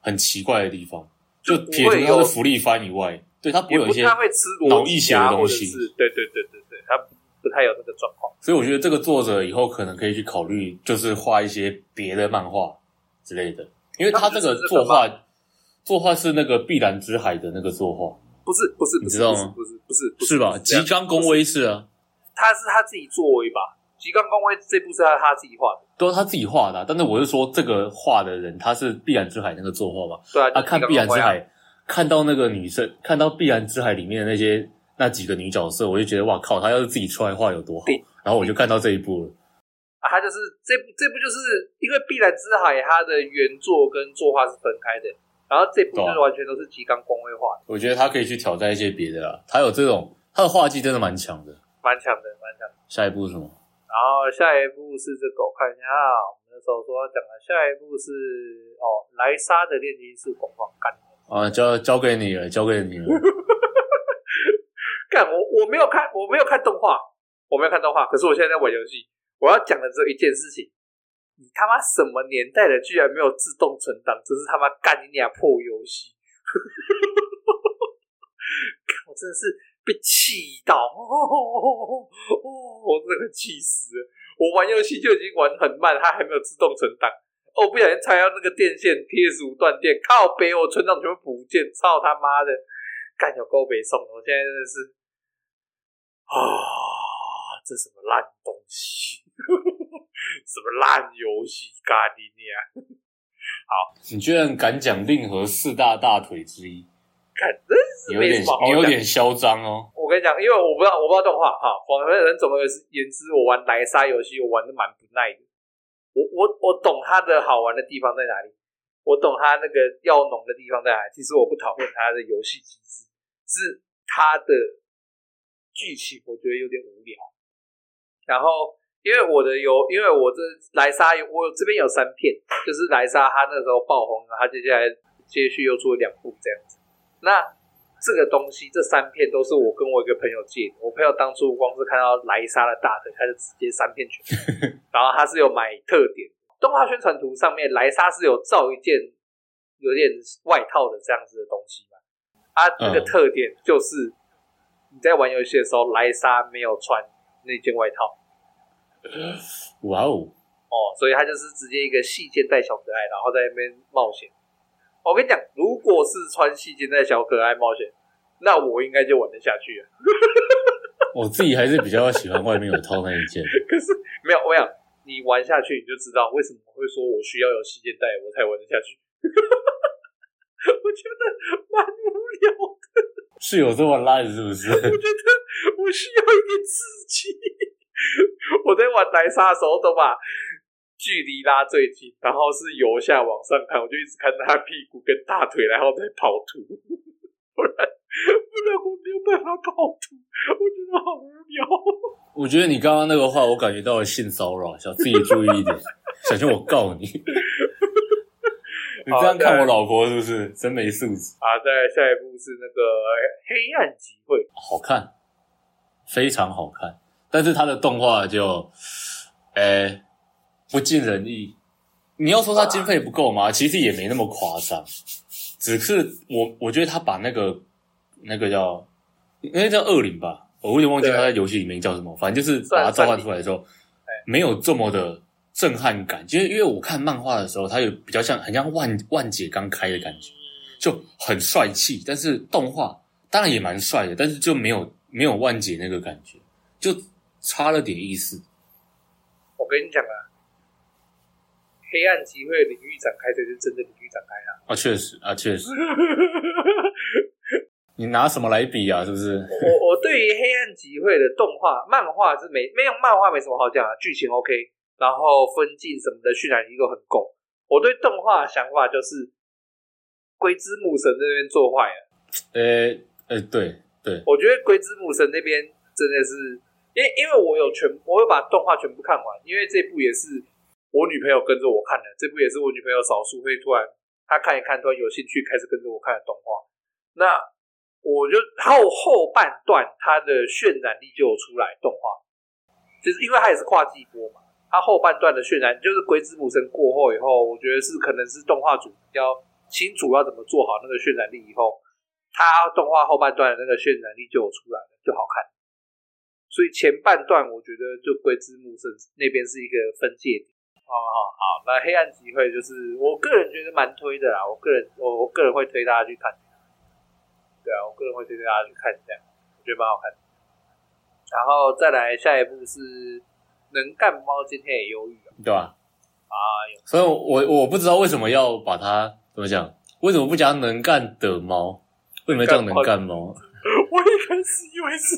Speaker 1: 很奇怪的地方，就
Speaker 3: 不
Speaker 1: 撇除
Speaker 3: 会
Speaker 1: 它
Speaker 3: 有
Speaker 1: 的福利番以外，对它不会
Speaker 3: 也
Speaker 1: 有一
Speaker 3: 不
Speaker 1: 些
Speaker 3: 太会吃
Speaker 1: 脑
Speaker 3: 逻
Speaker 1: 溢
Speaker 3: 辑
Speaker 1: 血的
Speaker 3: 啊，
Speaker 1: 东
Speaker 3: 或者
Speaker 1: 西
Speaker 3: 是对对对对对，他不太有那个状况。
Speaker 1: 所以我觉得这个作者以后可能可以去考虑，就是画一些别的漫画之类的，因为他这个作画，作画是那个《碧蓝之海》的那个作画，
Speaker 3: 不是不是不
Speaker 1: 你
Speaker 3: 是
Speaker 1: 知道
Speaker 3: 不
Speaker 1: 吗
Speaker 3: 是不是不是不
Speaker 1: 是吧？
Speaker 3: 不这样
Speaker 1: 吉冈公威是啊，
Speaker 3: 他是他自己作为吧？吉冈光威这部是他他自己画的，
Speaker 1: 都是他自己画的啊、但是我是说，这个画的人他是《碧蓝之海》那个作画嘛，
Speaker 3: 对啊，
Speaker 1: 他
Speaker 3: 就是
Speaker 1: 看《
Speaker 3: 吉
Speaker 1: 碧
Speaker 3: 冈
Speaker 1: 蓝
Speaker 3: 光
Speaker 1: 之
Speaker 3: 辉啊
Speaker 1: 海》，看到那个女生，看到《碧蓝之海》里面的那些那几个女角色，我就觉得哇靠，他要是自己出来画有多好
Speaker 3: 对。
Speaker 1: 然后我就看到这一部了，
Speaker 3: 啊，他就是这部这部就是因为《碧蓝之海》它的原作跟作画是分开的，然后这部就
Speaker 1: 对
Speaker 3: 是
Speaker 1: 啊
Speaker 3: 完全都是吉冈光辉画的，
Speaker 1: 我觉得他可以去挑战一些别的啦。他有这种，他的画技真的蛮强的。
Speaker 3: 蛮强的，蛮强的。
Speaker 1: 下一部是什么？
Speaker 3: 然后下一部是这个，我看一下啊，我们那时候说要讲的下一部是哦，莱莎的炼金术工坊干
Speaker 1: 啊，交交给你了，交给你了。
Speaker 3: 干，我我没有看，我没有看动画，我没有看动画，可是我现在在玩游戏，我要讲的只有一件事情，你他妈什么年代了，居然没有自动存档，真是他妈干你俩破游戏！ 干我哦真的是被气到，哦，我真的气死了！我我玩游戏就已经玩很慢，它还没有自动存档。哦，不小心插到那个电线，PS 五断电，靠北，我存档全部不见，操他妈的，干有够北宋，我现在真的是啊、这什么烂东西，什么烂游戏，咖喱你啊！
Speaker 1: 你居然敢讲令和四大大腿之一，
Speaker 3: 干，真
Speaker 1: 你
Speaker 3: 是
Speaker 1: 有
Speaker 3: 没
Speaker 1: 点
Speaker 3: 什么
Speaker 1: 你
Speaker 3: 好
Speaker 1: 有
Speaker 3: 讲。
Speaker 1: 点嚣张哦。
Speaker 3: 我跟你讲，因为我不知道我不知道动画哈，反正人总而言之，我玩莱莎游戏，我玩的蛮不耐的。我我我懂它的好玩的地方在哪里，我懂它那个要浓的地方在哪里。其实我不讨厌它的游戏机制，是它的剧情我觉得有点无聊。然后因为我的有，因为我这莱莎有，我这边有三片，就是莱莎她那时候爆红，然后她接下来接续又出了两部这样子。那这个东西，这三片都是我跟我一个朋友借的。我朋友当初光是看到莱莎的大腿，他就直接三片全买，然后他是有买特点动画宣传图上面，莱莎是有罩一件有点外套的这样子的东西嘛。啊，那个
Speaker 1: 嗯
Speaker 3: 特点就是你在玩游戏的时候，莱莎没有穿那件外套。
Speaker 1: 哇哦，
Speaker 3: 哦，所以他就是直接一个细肩带小可爱，然后在那边冒险。我跟你讲，如果是穿细肩带小可爱冒险，那我应该就玩得下去了。
Speaker 1: 我自己还是比较喜欢外面有套那一件。
Speaker 3: 可是没有，我想你玩下去你就知道为什么会说我需要有细肩带我才玩得下去。 我觉得蛮无聊的，
Speaker 1: 是有这么烂是不是？
Speaker 3: 我需要一点刺激。 我在玩莱莎的时候都把距离拉最近，然后是由下往上看，我就一直看他屁股跟大腿，然后再跑图， 不然不然我没有办法跑图，我觉得好无聊。
Speaker 1: 我觉得你刚刚那个话，我感觉到了性骚扰，想自己注意一点，小心我告你。你这样看我老婆是不是？真没素质。
Speaker 3: 啊，再来下一步是那个黑暗集会，
Speaker 1: 好看，非常好看，但是它的动画就，诶、不尽人意。你要说它经费不够吗？其实也没那么夸张，只是我我觉得他把那个那个叫，应该叫恶灵吧，我有点忘记
Speaker 3: 对
Speaker 1: 他在游戏里面叫什么，反正就是把它召唤出来之后，没有这么的震撼感，就是因为我看漫画的时候，它有比较像很像万万姐刚开的感觉，就很帅气，但是动画当然也蛮帅的，但是就没有没有万姐那个感觉，就差了点意思。
Speaker 3: 我跟你讲啊，黑暗集会领域展开才是真的领域展开啊。
Speaker 1: 啊，确实啊， 确实，你拿什么来比啊？是不是？
Speaker 3: 我我对于黑暗集会的动画、漫画是没没有漫画没什么好讲啊，剧情 OK，然后分镜什么的渲染力都很够。我对动画的想法就是，鬼之母神这边做坏啊了。
Speaker 1: 呃、呃、对对，
Speaker 3: 我觉得鬼之母神那边真的是，因为因为我有全，我有把动画全部看完，因为这部也是我女朋友跟着我看的，这部也是我女朋友少数会突然她看一看，突然有兴趣开始跟着我看的动画。那我就后后半段它的渲染力就有出来，动画就是因为它也是跨季播嘛，它后半段的渲染就是《鬼子母神》过后以后，我觉得是可能是动画组比较清楚要怎么做好那个渲染力以后，它动画后半段的那个渲染力就有出来了，就好看。所以前半段我觉得就《鬼子母神》那边是一个分界点。哦，好好，那黑暗集会就是我个人觉得蛮推的啦，我个人我我个人会推大家去看。对啊，我个人会推荐大家去看一下，我觉得蛮好看的。然后再来下一部是《能干猫今天也忧郁》啊，
Speaker 1: 对吧？啊，所以我，我我不知道为什么要把它怎么讲，为什么不加能干的猫？为什么叫能干猫？
Speaker 3: 我一开始以为是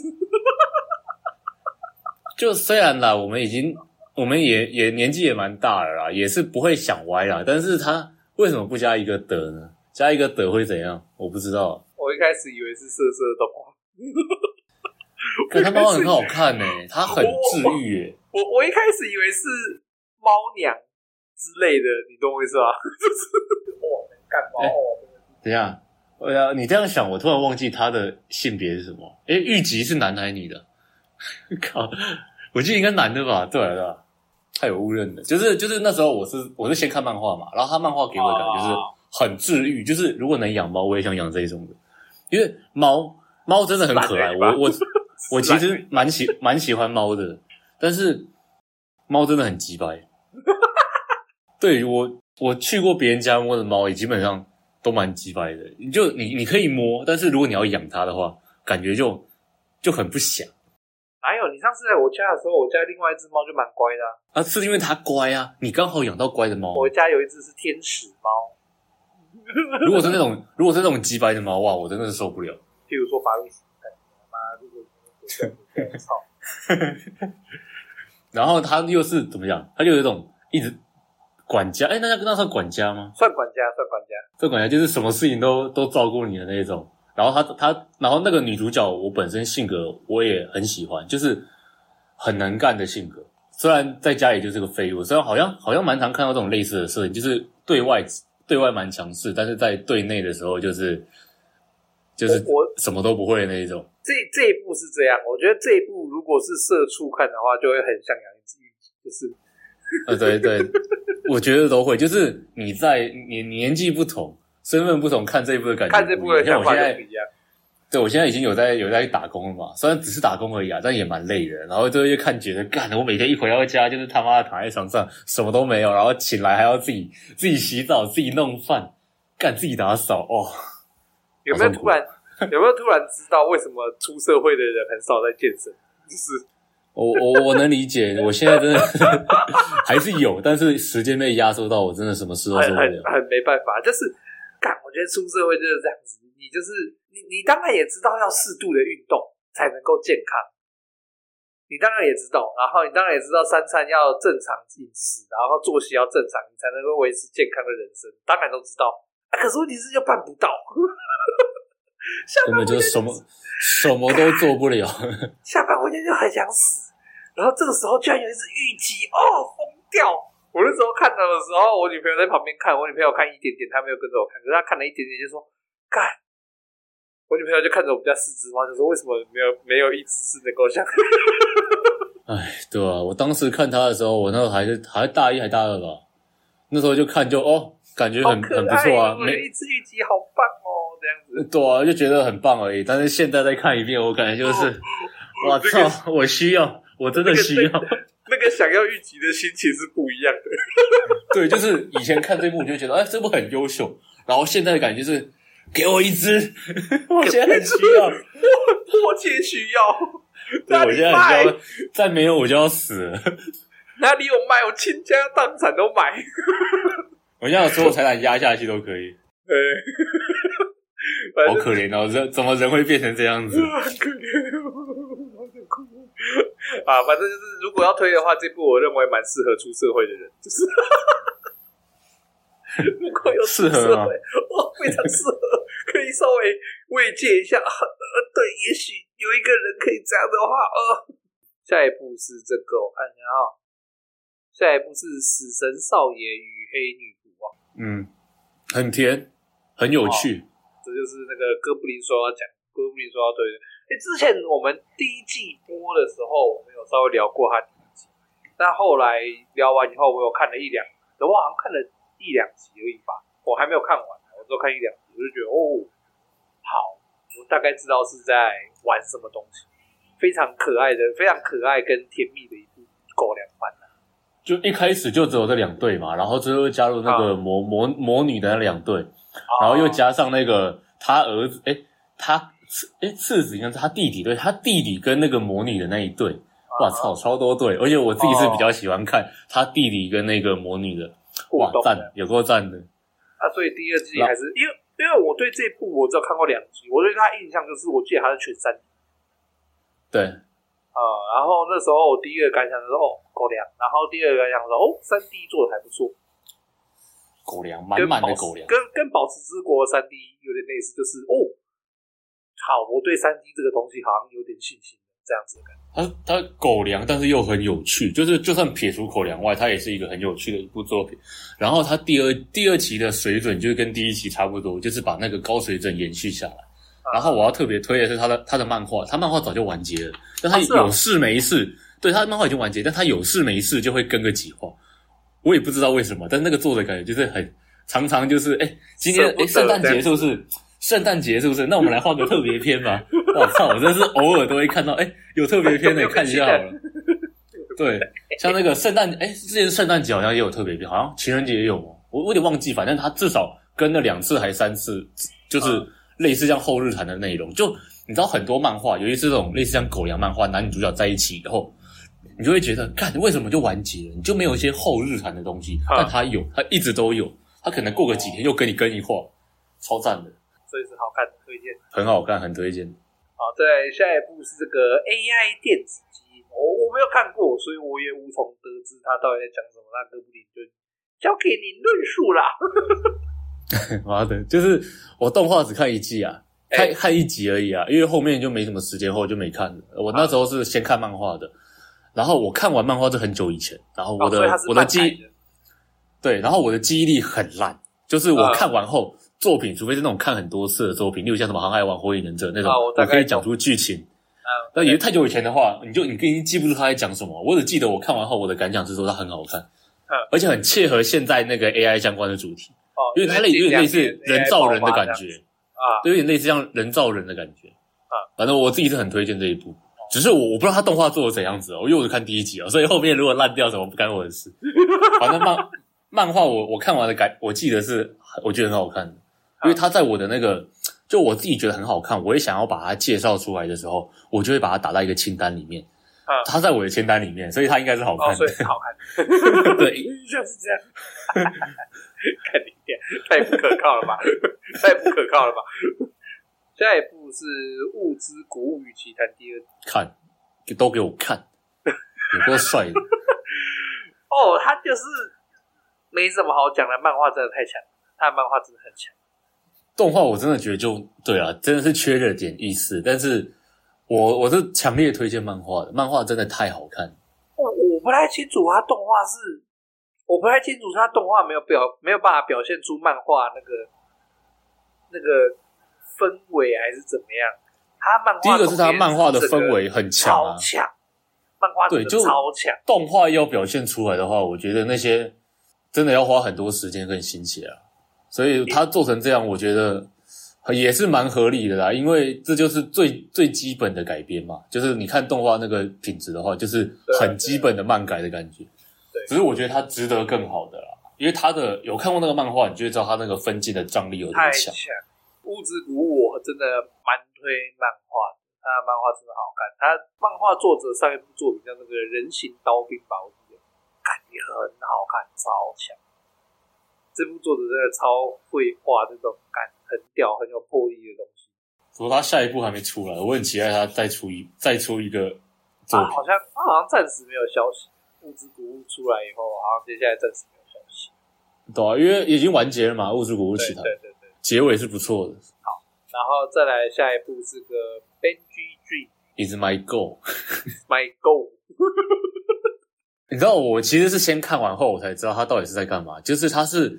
Speaker 1: 就虽然啦，我们已经我们也也年纪也蛮大了啦，也是不会想歪啦，但是它为什么不加一个的呢？加一个的会怎样？我不知道。
Speaker 3: 我一开始以为是色色的话，
Speaker 1: 可它猫很好看呢、它很治愈耶、
Speaker 3: 我我一开始以为是猫娘之类的，你懂我意思吧？ 就是哇，能干猫
Speaker 1: 哎
Speaker 3: 哦，
Speaker 1: 等一下，我要你这样想，我突然忘记它的性别是什么。诶、玉吉是男的还是女的？ 靠，我记得应该男的吧？对了、啊，太有误认了。就是就是那时候我是我是先看漫画嘛，然后他漫画给我的感觉就是
Speaker 3: 哦
Speaker 1: 很治愈，就是如果能养猫，我也想养这一种的，因为猫猫真 的很可爱。
Speaker 3: 懒而已吧
Speaker 1: 我我我其实蛮喜蛮喜欢猫的，但是猫真的很鸡掰。 对我，我去过别人家摸的猫，也基本上都蛮鸡掰的。你就你你可以摸，但是如果你要养它的话，感觉就就很不祥
Speaker 3: 哪有？你上次来我家的时候，我家另外一只猫就蛮乖的啊、
Speaker 1: 啊。是因为它乖啊，你刚好养到乖的猫。
Speaker 3: 我家有一只是天使猫，
Speaker 1: 如果是那种如果是那种鸡掰的猫，哇，我真的是受不了。
Speaker 3: 譬如说巴瑞斯坦，妈如果操，
Speaker 1: 然后他又是怎么讲？他就有一种一直管家，哎，那那那算管家吗？
Speaker 3: 算管家，算管家。
Speaker 1: 这管家就是什么事情都都照顾你的那一种。然后他他，然后那个女主角，我本身性格我也很喜欢，就是很能干的性格。虽然在家里就是个废物，虽然好像好像蛮常看到这种类似的事情，就是对外对外蛮强势，但是在对内的时候就是就是
Speaker 3: 我我
Speaker 1: 什么都不会的那一种。
Speaker 3: 这这一部是这样，我觉得这一部如果是社畜看的话，就会很像养一只玉姬，就是
Speaker 1: 呃，对对，我觉得都会，就是你在你你年纪不同，身份不同，看这一部的感觉不一样。
Speaker 3: 看这部的
Speaker 1: 像
Speaker 3: 想
Speaker 1: 我
Speaker 3: 法
Speaker 1: 现
Speaker 3: 就不
Speaker 1: 在
Speaker 3: 一样。
Speaker 1: 对我现在已经有在有在打工了嘛，虽然只是打工而已啊，但也蛮累的。然后就会看觉得，干，我每天一回到家就是他妈的躺在床上什么都没有，然后醒来还要自己自己洗澡、自己弄饭、干自己打扫哦。
Speaker 3: 有没有突然有没有突然知道为什么出社会的人很少在健身？就是
Speaker 1: 我我我能理解，我现在真的 还是有，但是时间被压缩到，我真的什么事都
Speaker 3: 很
Speaker 1: 做不
Speaker 3: 很
Speaker 1: 了。
Speaker 3: 很没办法，就是干，我觉得出社会就是这样子，你就是你你当然也知道要适度的运动才能够健康，你当然也知道，然后你当然也知道三餐要正常饮食，然后作息要正常，你才能够维持健康的人生，当然都知道，啊，可是问题是就办不到。下
Speaker 1: 根
Speaker 3: 班
Speaker 1: 本
Speaker 3: 回家
Speaker 1: 就什么什么都做不了。
Speaker 3: 下班回家就很想死，然后这个时候居然有一只玉姬，哦，疯掉！我那时候看到的时候，我女朋友在旁边看，我女朋友看一点点，她没有跟着我看，可是她看了一点点就说：“干！”我女朋友就看着我们家四只猫，就说：“为什么没有没有一只是能够像
Speaker 1: 哎，对啊，我当时看他的时候，我那时候还是还大一还大二吧，那时候就看就哦，感觉
Speaker 3: 好
Speaker 1: 很
Speaker 3: 可
Speaker 1: 很不
Speaker 3: 爱
Speaker 1: 错啊，
Speaker 3: 哦，有
Speaker 1: 没
Speaker 3: 一只玉姬好棒哦，这样子。”
Speaker 1: 对啊，就觉得很棒而已。但是现在再看一遍，我感觉 就是，我
Speaker 3: 哦这个
Speaker 1: 操，我需要，我真的
Speaker 3: 这个
Speaker 1: 需
Speaker 3: 这
Speaker 1: 要。
Speaker 3: 那个想要玉姬的心情是不一样的，
Speaker 1: 对，就是以前看这部，我就觉得哎，这部很优秀，然后现在的感觉就是给我一只， 我现在很需 要，
Speaker 3: 迫切需要。
Speaker 1: 对
Speaker 3: 哪
Speaker 1: 我
Speaker 3: 里
Speaker 1: 现在很
Speaker 3: 卖
Speaker 1: 需要，再没有我就要死了。
Speaker 3: 哪里有卖，我倾家荡产都买。
Speaker 1: 我现在有所有财产压下去都可以，
Speaker 3: 呃， 反
Speaker 1: 好
Speaker 3: 正
Speaker 1: 可怜哦，人怎么人会变成这样子？
Speaker 3: 很可怜，好想哭 啊！反正就是，如果要推的话，这部我认为蛮适合出社会的人，就是 如果有出
Speaker 1: 适合
Speaker 3: 社
Speaker 1: 吗
Speaker 3: 会，哇，非常适合，可以稍微慰藉一下。啊呃，对，也许有一个人可以这样的话，呃，下一步是这个，我看一下哈、下一步是《死神少爷与黑女仆》啊，
Speaker 1: 嗯，很甜，很有趣。
Speaker 3: 这就是那个哥布林说要讲，哥布林说要推的。哎、之前我们第一季播的时候，我们有稍微聊过他第一季，但后来聊完以后，我有看了一两，我好像看了一两集而已吧，我还没有看完，啊我只有看一两集，我就觉得哦，好，我大概知道是在玩什么东西，非常可爱的，非常可爱跟甜蜜的一部狗粮番啊
Speaker 1: 就一开始就只有这两队嘛，然后最后加入那个
Speaker 3: 啊
Speaker 1: 魔、魔魔女的那两队，然后又加上那个他儿子，哎，他次哎次子应该是他弟弟对，他弟弟跟那个魔女的那一队，哇操，超多队！而且我自己是比较喜欢看他弟弟跟那个魔哦女的，
Speaker 3: 互
Speaker 1: 哇
Speaker 3: 动的
Speaker 1: 赞，有够赞的。
Speaker 3: 啊，所以第二季
Speaker 1: 然后
Speaker 3: 还是因为因为我对这部我只有看过两集，我对他印象就是我记得他是全三集
Speaker 1: 对，
Speaker 3: 啊、然后那时候我第一个感想就是哦狗粮，然后第二个感想是哦三 D 做的还不错，
Speaker 1: 狗粮
Speaker 3: 跟
Speaker 1: 满满的
Speaker 3: 宝石
Speaker 1: 狗粮，
Speaker 3: 跟跟宝石之国三 D 有点类似，就是哦好，我对三 D 这个东西好像有点信心这样子的感觉。
Speaker 1: 它它狗粮，但是又很有趣，就是就算撇除狗粮外，它也是一个很有趣的一部作品。然后它第二第二期的水准就是跟第一期差不多，就是把那个高水准延续下来。
Speaker 3: 嗯
Speaker 1: 然后我要特别推的是它的它的漫画，它漫画早就完结了，但它
Speaker 3: 啊是啊
Speaker 1: 有事没事，对它的漫画已经完结，但它有事没事就会跟个几话，我也不知道为什么，但那个作者感觉就是很常常就是哎、今天
Speaker 3: 舍不
Speaker 1: 哎
Speaker 3: 得
Speaker 1: 圣诞
Speaker 3: 这
Speaker 1: 节
Speaker 3: 样
Speaker 1: 是不是？圣诞节是不是？那我们来画个特别篇 吧。 我操，我真是偶尔都会看到，哎、有特别篇的、
Speaker 3: 有没有
Speaker 1: 看一下好了。对，像那个圣诞，哎、之前圣诞节好像也有特别篇，好像情人节也有吗？我我有点忘记，反正他至少跟了两次还三次，就是类似像后日谈的内容。就你知道很多漫画，尤其是这种类似像狗粮漫画，男女主角在一起以后，你就会觉得，看为什么就完结了？你就没有一些后日谈的东西，
Speaker 4: 啊
Speaker 1: 但他有，他一直都有，他可能过个几天又跟你跟一话，超赞的，
Speaker 3: 所以是好看的推荐。
Speaker 1: 很好看，很推荐。
Speaker 3: 好，对，下一步是这个 AI 电子基因，我我没有看过，所以我也无从得知他到底在讲什么。那哥布林就交给你论述啦。
Speaker 1: 妈的，就是我动画只看一季啊，看
Speaker 3: 哎
Speaker 1: 看一集而已啊，因为后面就没什么时间，后就没看了。我那时候是先看漫画的，然后我看完漫画是很久以前，然后我
Speaker 3: 哦所
Speaker 1: 的、
Speaker 3: 以他是
Speaker 1: 我的
Speaker 3: 漫
Speaker 1: 记
Speaker 3: 改
Speaker 1: 忆对，然后我的记忆力很烂，就是我
Speaker 3: 啊
Speaker 1: 看完后、作品，除非是那种看很多次的作品，例如像什么《航海王》《火影忍者》那种，
Speaker 3: 啊我大概
Speaker 1: 可以讲出剧情。
Speaker 3: 啊
Speaker 1: 那也是太久以前的话，你就你已经记不住他在讲什么。我只记得我看完后我的感想是说它很好看，
Speaker 3: 嗯
Speaker 1: 而且很切合现在那个 AI 相关的主题。
Speaker 3: 哦，
Speaker 1: 因为它类有点类似人造人的感觉，
Speaker 3: 啊。
Speaker 1: 对，有点类似像人造人的感觉
Speaker 3: 啊。
Speaker 1: 反正我自己是很推荐这一部，只是我我不知道它动画做的怎样子哦，因为我只看第一集哦，所以后面如果烂掉什么不干我的 事。反正漫漫画我我看完的感，我记得是我觉得很好
Speaker 3: 嗯
Speaker 1: 看的，因为它在我的那个就我自己觉得很好看，我也想要把它介绍出来的时候，我就会把它打到一个清单里面
Speaker 3: 啊。
Speaker 1: 它在我的清单里面，所以它应该是好
Speaker 3: 哦，
Speaker 1: 看的
Speaker 3: 所以。是好看，
Speaker 1: 对，
Speaker 3: 就是这样。看你点， 太不可靠了吧，太不可靠了吧。下一步是《物资古物与奇谈》第二集。
Speaker 1: 看都给我看，有够帅的。
Speaker 3: 哦，他就是没什么好讲的，漫画真的太强了，他的漫画真的很强。
Speaker 1: 动画我真的觉得就对啊，真的是缺了点意思。但是我我是强烈推荐漫画的，漫画真的太好看。
Speaker 3: 我哦我不太清楚他动画是，我不太清楚他动画没有表没有办法表现出漫画那个那个氛围还是怎么样。他漫画
Speaker 1: 第一个是他
Speaker 3: 总结
Speaker 1: 漫画的
Speaker 3: 整个
Speaker 1: 氛围很强
Speaker 3: 超
Speaker 1: 啊，
Speaker 3: 强，漫画真的
Speaker 1: 对就
Speaker 3: 超强。
Speaker 1: 动画要表现出来的话，我觉得那些真的要花很多时间跟心血啊。所以他做成这样，我觉得也是蛮合理的啦，因为这就是最最基本的改编嘛。就是你看动画那个品质的话，就是很基本的漫改的感觉。
Speaker 3: 对
Speaker 1: 只是我觉得它值得更好的啦，因为它的有看过那个漫画，你就会知道它那个分镜的张力有多
Speaker 3: 太
Speaker 1: 强
Speaker 3: 强。。物质鼓我真的蛮推漫画的，他的漫画真的好看。他漫画作者上一部作品叫那个《人形刀兵》吧，我记得，感觉很好看，超强。这部作者真的超会画这种感，很屌、很有魄力的东西。
Speaker 1: 不过它下一步还没出来，我很期待它再出一再出一个作
Speaker 3: 他
Speaker 1: 品。
Speaker 3: 好像他好像暂时没有消息。物质鼓舞出来以后，好像接下来暂时没有消息。
Speaker 1: 对啊，因为已经完结了嘛，《物质古物
Speaker 3: 对
Speaker 1: 奇谭》
Speaker 3: 对对对。
Speaker 1: 结尾是不错的
Speaker 3: 然后再来下一部是个 Benji Dream
Speaker 1: ，Is My Goal。
Speaker 3: My Goal。
Speaker 1: 你知道我其实是先看完后，我才知道他到底是在干嘛。就是他是，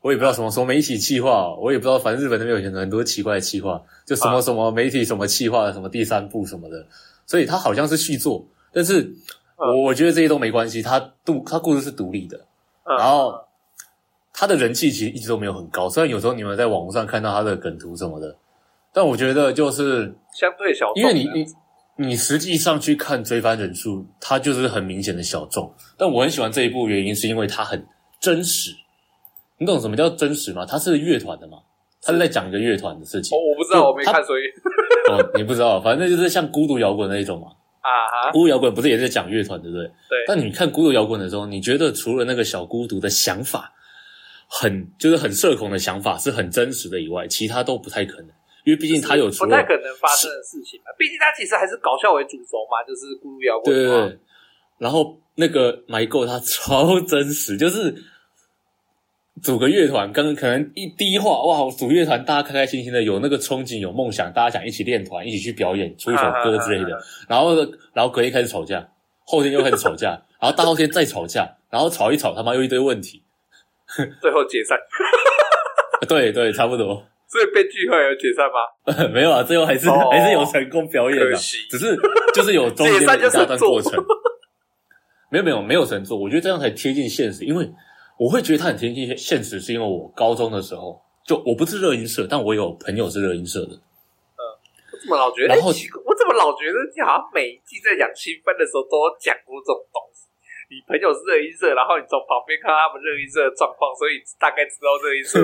Speaker 1: 我也不知道什么什么媒体企划，哦我也不知道，反正日本那边有很多奇怪的企划，就什么什么媒体什么企划，什么第三部什么的，所以他好像是续作，但是我我觉得这些都没关系，他独他故事是独立的，
Speaker 3: 嗯
Speaker 1: 然后他的人气其实一直都没有很高，虽然有时候你们在网络上看到他的梗图什么的，但我觉得就是
Speaker 3: 相对小众的，
Speaker 1: 因为你你你实际上去看追番人数，它就是很明显的小众。但我很喜欢这一部，原因是因为它很真实。你懂什么叫真实吗？它是乐团的嘛，它是在讲一个乐团的事情
Speaker 3: 哦，。我不知道，
Speaker 1: 就
Speaker 3: 我没看，所以
Speaker 1: 哦，你不知道，反正就是像孤独摇滚那一种嘛。
Speaker 3: 啊哈，
Speaker 1: 孤独摇滚不是也是讲乐团，对不对？
Speaker 3: 对
Speaker 1: 但你看孤独摇滚的时候，你觉得除了那个小孤独的想法，很就是很社恐的想法是很真实的以外，其他都不太可能，因为毕竟他有除
Speaker 3: 不
Speaker 1: 了
Speaker 3: 太可能发生的事情嘛。毕竟它其实还是搞笑为主轴嘛，就是咕噜摇滚
Speaker 1: 对对
Speaker 3: 嘛。
Speaker 1: 对，然后那个 My Go 他超真实，就是组个乐团，刚可能一第一话哇，组乐团大家开开心心的，有那个憧憬，有梦想，大家想一起练团，一起去表演，出一首歌之类的。
Speaker 3: 啊
Speaker 1: 然后然后隔天开始吵架，后天又开始吵架，然后大后天再吵架，然后吵一吵他妈又一堆问题。
Speaker 3: 最后解散，
Speaker 1: 对对，差不多。
Speaker 3: 所以编剧后来有解散吗？
Speaker 1: 没有啊，最后还是、
Speaker 3: 哦
Speaker 1: 还是有成功表演啊
Speaker 3: 可
Speaker 1: 的
Speaker 3: 惜，
Speaker 1: 只是就是有中 间的一大段过程。没有没有没有神作，我觉得这样才贴近现实，因为我会觉得它很贴近现实，是因为我高中的时候就我不是热音社，但我有朋友是热音社的，
Speaker 3: 我怎么老觉得？
Speaker 1: 然后
Speaker 3: 哎奇怪我怎么老觉得你好像每一季在讲新番的时候都有讲过这种东西？你朋友是热音社，然后你从旁边看到他们热音社的状况，所以大概知道热 音社，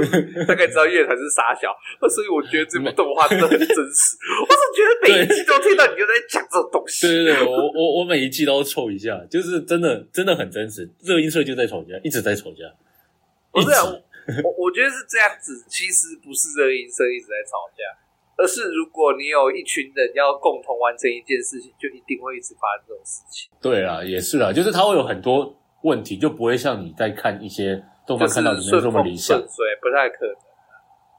Speaker 3: 大概知道乐团是傻小。所以我觉得这部动画真的很真实。我是觉得每一季都听到你就在讲这种东西。
Speaker 1: 对对对，我 我我每一季都凑一下，就是真的真的很真实。热音社就在吵架，一直在吵架，
Speaker 3: 不
Speaker 1: 一
Speaker 3: 是
Speaker 1: 直
Speaker 3: 啊我我觉得是这样子，其实不是热音社一直在吵架，而是如果你有一群人要共同完成一件事情，就一定会一直发生这种事情。
Speaker 1: 对啦，也是啦，就是它会有很多问题，就不会像你在看一些动
Speaker 3: 就
Speaker 1: 漫
Speaker 3: 是
Speaker 1: 看到里面
Speaker 3: 顺
Speaker 1: 这么理
Speaker 3: 风顺
Speaker 1: 想。
Speaker 3: 水不太可能啊。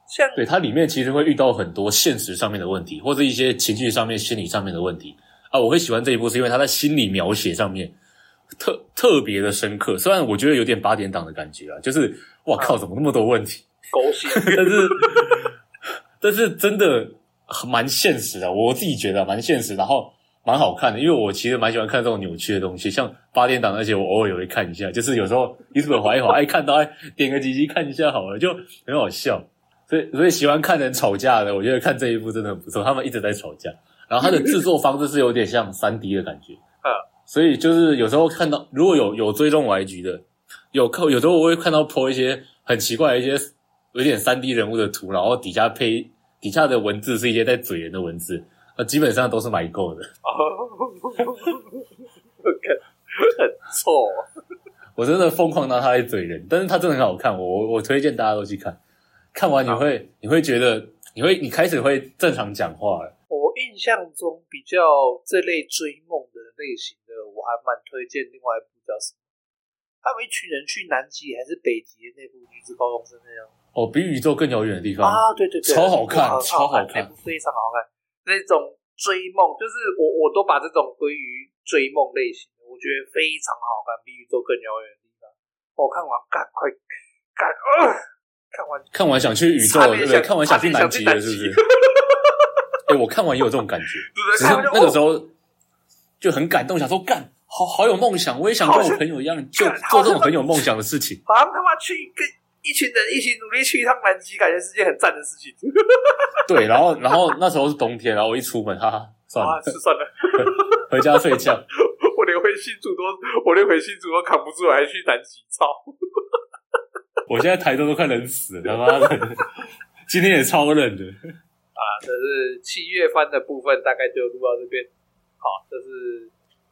Speaker 3: 像
Speaker 1: 对，它里面其实会遇到很多现实上面的问题，或者一些情绪上面、心理上面的问题啊。我会喜欢这一部，是因为它在心理描写上面特特别的深刻。虽然我觉得有点八点档的感觉啊，就是哇靠，怎么那么多问题？
Speaker 3: 狗血，
Speaker 1: 但是但是真的蛮现实的，我自己觉得蛮现实，然后蛮好看的，因为我其实蛮喜欢看这种扭曲的东西，像八点档那些，我偶尔也会看一下，就是有时候 YouTube 滑一滑，哎，看到哎，点个几集看一下好了，就很好笑。所以所以喜欢看人吵架的，我觉得看这一部真的很不错，他们一直在吵架，然后它的制作方式是有点像三 D 的感觉，
Speaker 3: 嗯，
Speaker 1: 所以就是有时候看到如果有有追踪我 IG 的，有看有时候我会看到 po 一些很奇怪的一些有点三 D 人物的图，然后底下配底下的文字是一些在嘴人的文字，呃，基本上都是买够的。
Speaker 3: 哦看很臭。啊
Speaker 1: 我真的疯狂拿它来嘴人，但是它真的很好看，我我我推荐大家都去看。看完你会你会觉得你会你开始会正常讲话了。
Speaker 3: 我印象中比较这类追梦的类型的，我还蛮推荐另外一部叫什么？他们一群人去南极还是北极的那部《女子高中生》那样。
Speaker 1: 哦，比宇宙更遥远的地方，
Speaker 3: 啊，对对对，
Speaker 1: 超好看
Speaker 3: 那部
Speaker 1: 超
Speaker 3: 好
Speaker 1: 好看
Speaker 3: 看，那部非常好看。那种追梦，就是我我都把这种归于追梦类型的，我觉得非常好看，比宇宙更遥远的地方。我看完，赶快赶，呃看完
Speaker 1: 看完想去宇宙，
Speaker 3: 差
Speaker 1: 对
Speaker 3: 点
Speaker 1: 不对？
Speaker 3: 想
Speaker 1: 看完
Speaker 3: 差
Speaker 1: 去
Speaker 3: 点
Speaker 1: 南
Speaker 3: 想
Speaker 1: 极
Speaker 3: 去
Speaker 1: 了，
Speaker 3: 南
Speaker 1: 是不
Speaker 3: 极
Speaker 1: 是？ 哎、我看完也有这种感觉，
Speaker 3: 对不
Speaker 1: 只是
Speaker 3: 对？看完就
Speaker 1: 那个
Speaker 3: 哦
Speaker 1: 时候就很感动，想说干，好好有梦想，我也想跟我朋友一样，就
Speaker 3: 干
Speaker 1: 做
Speaker 3: 好像
Speaker 1: 这种很有梦想的事情。
Speaker 3: 好像他妈去跟一群人一起努力去一趟南极，感觉是件很赞的事情。
Speaker 1: 对，然后然后那时候是冬天，然后我一出门，哈哈，算
Speaker 3: 啊，
Speaker 1: 了，
Speaker 3: 是算了，
Speaker 1: 回家睡觉。
Speaker 3: 我连回新竹都，我连回新竹都扛不住，还去南极操。
Speaker 1: 我现在台中都快冷死了，他妈的，今天也超冷的。
Speaker 3: 这是七月番的部分，大概就录到这边。好，这是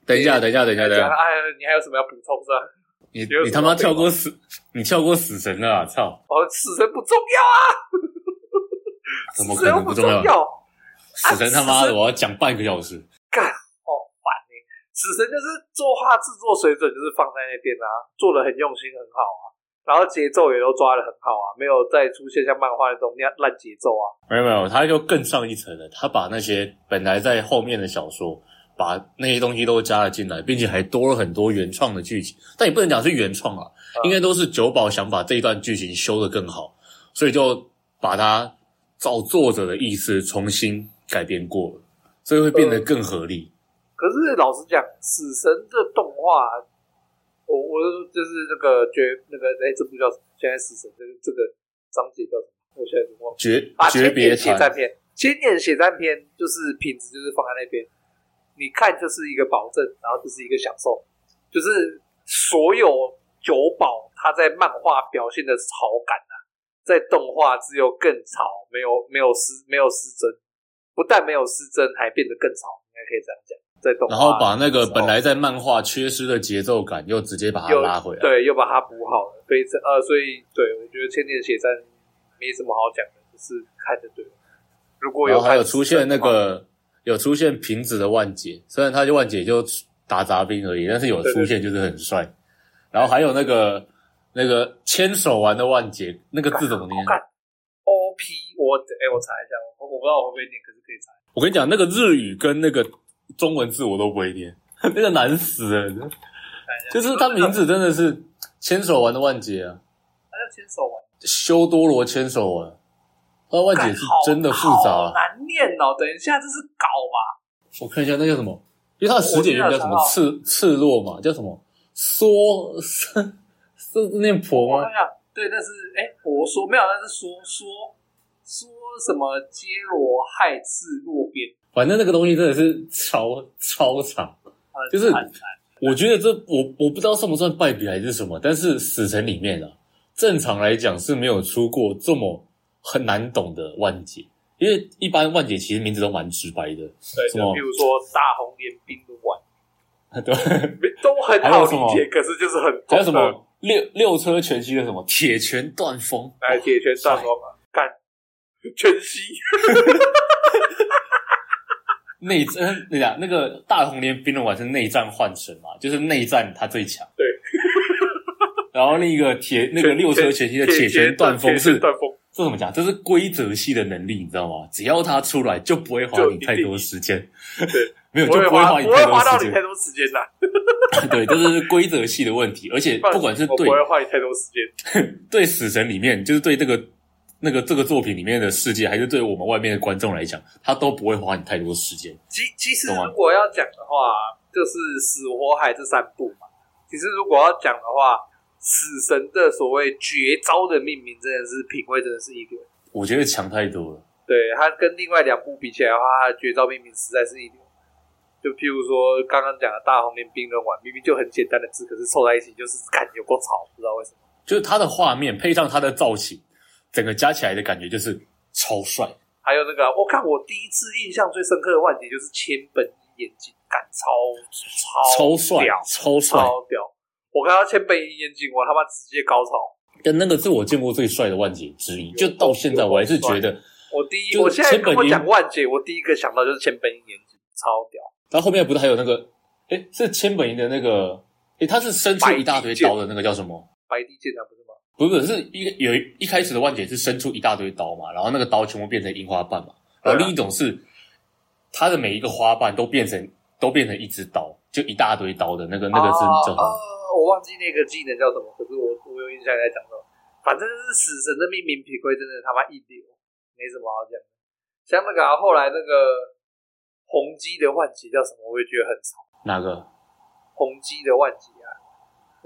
Speaker 1: 等一下，等一下，等一下，等一
Speaker 3: 讲
Speaker 1: 下，
Speaker 3: 了哎，你还有什么要补充是吧？
Speaker 1: 你
Speaker 3: 有什么
Speaker 1: 你他妈跳过死，你跳过死神了、啊，操！
Speaker 3: 哦，死神不重要啊，
Speaker 1: 怎么
Speaker 3: 死
Speaker 1: 可
Speaker 3: 神
Speaker 1: 能
Speaker 3: 不
Speaker 1: 不
Speaker 3: 重
Speaker 1: 重要？
Speaker 3: 要，
Speaker 1: 死神他妈
Speaker 3: 死
Speaker 1: 的，
Speaker 3: 神
Speaker 1: 我要讲半个小时。
Speaker 3: 好烦哎、死神就是作画制作水准就是放在那边啊，做的很用心，很好啊，然后节奏也都抓的很好啊，没有再出现像漫画那种那样烂节奏啊。
Speaker 1: 没有没有，他就更上一层了。他把那些本来在后面的小说，把那些东西都加了进来，并且还多了很多原创的剧情。但也不能讲是原创啊，
Speaker 3: 嗯
Speaker 1: 应该都是九保想把这一段剧情修得更好，所以就把它照作者的意思重新改编过了，所以会变得更合理。
Speaker 3: 可是老实讲，死神的动画，我我就是那个觉那个哎、这部叫什么？现在死神这个这个章节叫什么？我现在已经忘了。
Speaker 1: 诀
Speaker 3: 啊，
Speaker 1: 诀
Speaker 3: 千
Speaker 1: 别
Speaker 3: 年血战
Speaker 1: 谈，
Speaker 3: 篇，千年血战篇就是品质就是放在那边，你看就是一个保证，然后就是一个享受，就是所有九保他在漫画表现的潮感啊，在动画只有更潮，没有没有失没有失真，不但没有失真，还变得更潮，应该可以这样讲，在动画
Speaker 1: 然后把那
Speaker 3: 的
Speaker 1: 个
Speaker 3: 时候
Speaker 1: 本来在漫画缺失的节奏感，又直接把它
Speaker 3: 又
Speaker 1: 拉回来。
Speaker 3: 对，又把它补好了，非常呃，所以对我觉得《千年血战》没什么好讲的，就是看着对了。如果
Speaker 1: 然
Speaker 3: 有
Speaker 1: 后还有
Speaker 3: 看
Speaker 1: 出现那
Speaker 3: 的话
Speaker 1: 个有出现瓶子的万劫，虽然他就万劫就打杂兵而已，但是有出现就是很帅。然后还有那个那个牵手玩的万劫，那个字怎么念？
Speaker 3: 看 O P，我哎、我查一下，我我不知道我会不会念，可是可以查。
Speaker 1: 我跟你讲，那个日语跟那个中文字我都不会念，那个难死
Speaker 3: 哎
Speaker 1: 了。就是他名字真的是牵手玩的万劫啊，
Speaker 3: 他叫牵手玩，
Speaker 1: 修多罗牵手玩。那万
Speaker 3: 干
Speaker 1: 劫是真的复杂、啊
Speaker 3: 好好难念哦。等一下，这是搞吧？
Speaker 1: 我看一下那叫什么，因为它的时节原叫什么
Speaker 3: 我知
Speaker 1: 赤赤落嘛，叫什么缩 是是念婆
Speaker 3: 我
Speaker 1: 吗
Speaker 3: 看？看，对，那是哎、我说没有，那是说说说什么揭罗亥次落边，
Speaker 1: 反正那个东西真的是超超长，
Speaker 3: 呃很
Speaker 1: 就是
Speaker 3: 很难
Speaker 1: 我觉得这我我不知道算不算败笔还是什么，但是死神里面啊，正常来讲是没有出过这么很难懂的万劫，因为一般万劫其实名字都蛮直白的，
Speaker 3: 对，
Speaker 1: 什
Speaker 3: 就
Speaker 1: 么
Speaker 3: 比如说大红连兵的 碗，
Speaker 1: 对，
Speaker 3: 没都很
Speaker 1: 还
Speaker 3: 好
Speaker 1: 有什么
Speaker 3: 理解，可是就是很
Speaker 1: 还有什
Speaker 3: 懂得
Speaker 1: 么六六车全息的什么铁拳断风，
Speaker 3: 来铁拳大双嘛，干全息，
Speaker 1: 内战，那讲那个大红莲冰龙丸是内战幻神嘛，就是内战他最强。
Speaker 3: 对。
Speaker 1: 然后那个铁那个六车全息的铁拳断风
Speaker 3: 铁
Speaker 1: 是
Speaker 3: 拳断风，
Speaker 1: 这怎么讲？这是规则系的能力，你知道吗？只要他出来，就不会花
Speaker 3: 就
Speaker 1: 你
Speaker 3: 一
Speaker 1: 太
Speaker 3: 定
Speaker 1: 多时间。
Speaker 3: 对，
Speaker 1: 没有
Speaker 3: 不
Speaker 1: 就
Speaker 3: 会
Speaker 1: 不会
Speaker 3: 花
Speaker 1: 花你
Speaker 3: 不会
Speaker 1: 太
Speaker 3: 花到
Speaker 1: 多
Speaker 3: 你
Speaker 1: 时
Speaker 3: 太
Speaker 1: 间。
Speaker 3: 多时间呐，
Speaker 1: 对，这是规则系的问题，而且不管是
Speaker 3: 我不
Speaker 1: 对
Speaker 3: 会花你太多时间，
Speaker 1: 对死神里面，就是对这个那个这个作品里面的世界，还是对我们外面的观众来讲，他都不会花你太多时间。
Speaker 3: 其其实
Speaker 1: 懂吗
Speaker 3: 如果要讲的话，就是《死火海》这三部嘛。其实如果要讲的话，死神的所谓绝招的命名，真的是品味真的是一流。
Speaker 1: 我觉得强太多了。
Speaker 3: 对它跟另外两部比起来的话，它的绝招命名实在是一流。就譬如说刚刚讲的大红莲冰人丸，明明就很简单的字，可是凑在一起就是感有够吵，不知道为什么。
Speaker 1: 就是他的画面配上他的造型，整个加起来的感觉就是超帅。
Speaker 3: 还有那个，啊我看我第一次印象最深刻的万劫就是千本眼睛，感超
Speaker 1: 超帅
Speaker 3: 屌，
Speaker 1: 超帅，
Speaker 3: 超屌！我看到千本樱眼睛，我他妈直接高潮。
Speaker 1: 但那个是我见过最帅的万劫之一。就到现在，我还是觉得
Speaker 3: 我第一，
Speaker 1: 就
Speaker 3: 我现在
Speaker 1: 千本
Speaker 3: 跟
Speaker 1: 樱
Speaker 3: 我讲万劫，我第一个想到就是千本樱眼睛，超屌！
Speaker 1: 他后面不是还有那个，诶，是千本樱的那个，诶，他是伸出一大堆刀的那个叫什么？
Speaker 3: 白帝剑啊，不是吗？
Speaker 1: 不是不是，是一个有一一开始的万劫是伸出一大堆刀嘛，然后那个刀全部变成樱花瓣嘛，然后
Speaker 3: 对啊
Speaker 1: 另一种是它的每一个花瓣都变成都变成一只刀，就一大堆刀的那个那个是叫什
Speaker 3: 啊
Speaker 1: 么？
Speaker 3: 啊我忘记那个技能叫什么，可是我我有印象在讲到，反正就是死神的命名品规真的他妈一流，没什么好讲。像那个啊、后来那个红鸡的万劫叫什么，我也觉得很吵。
Speaker 1: 哪个？
Speaker 3: 红鸡的万劫啊，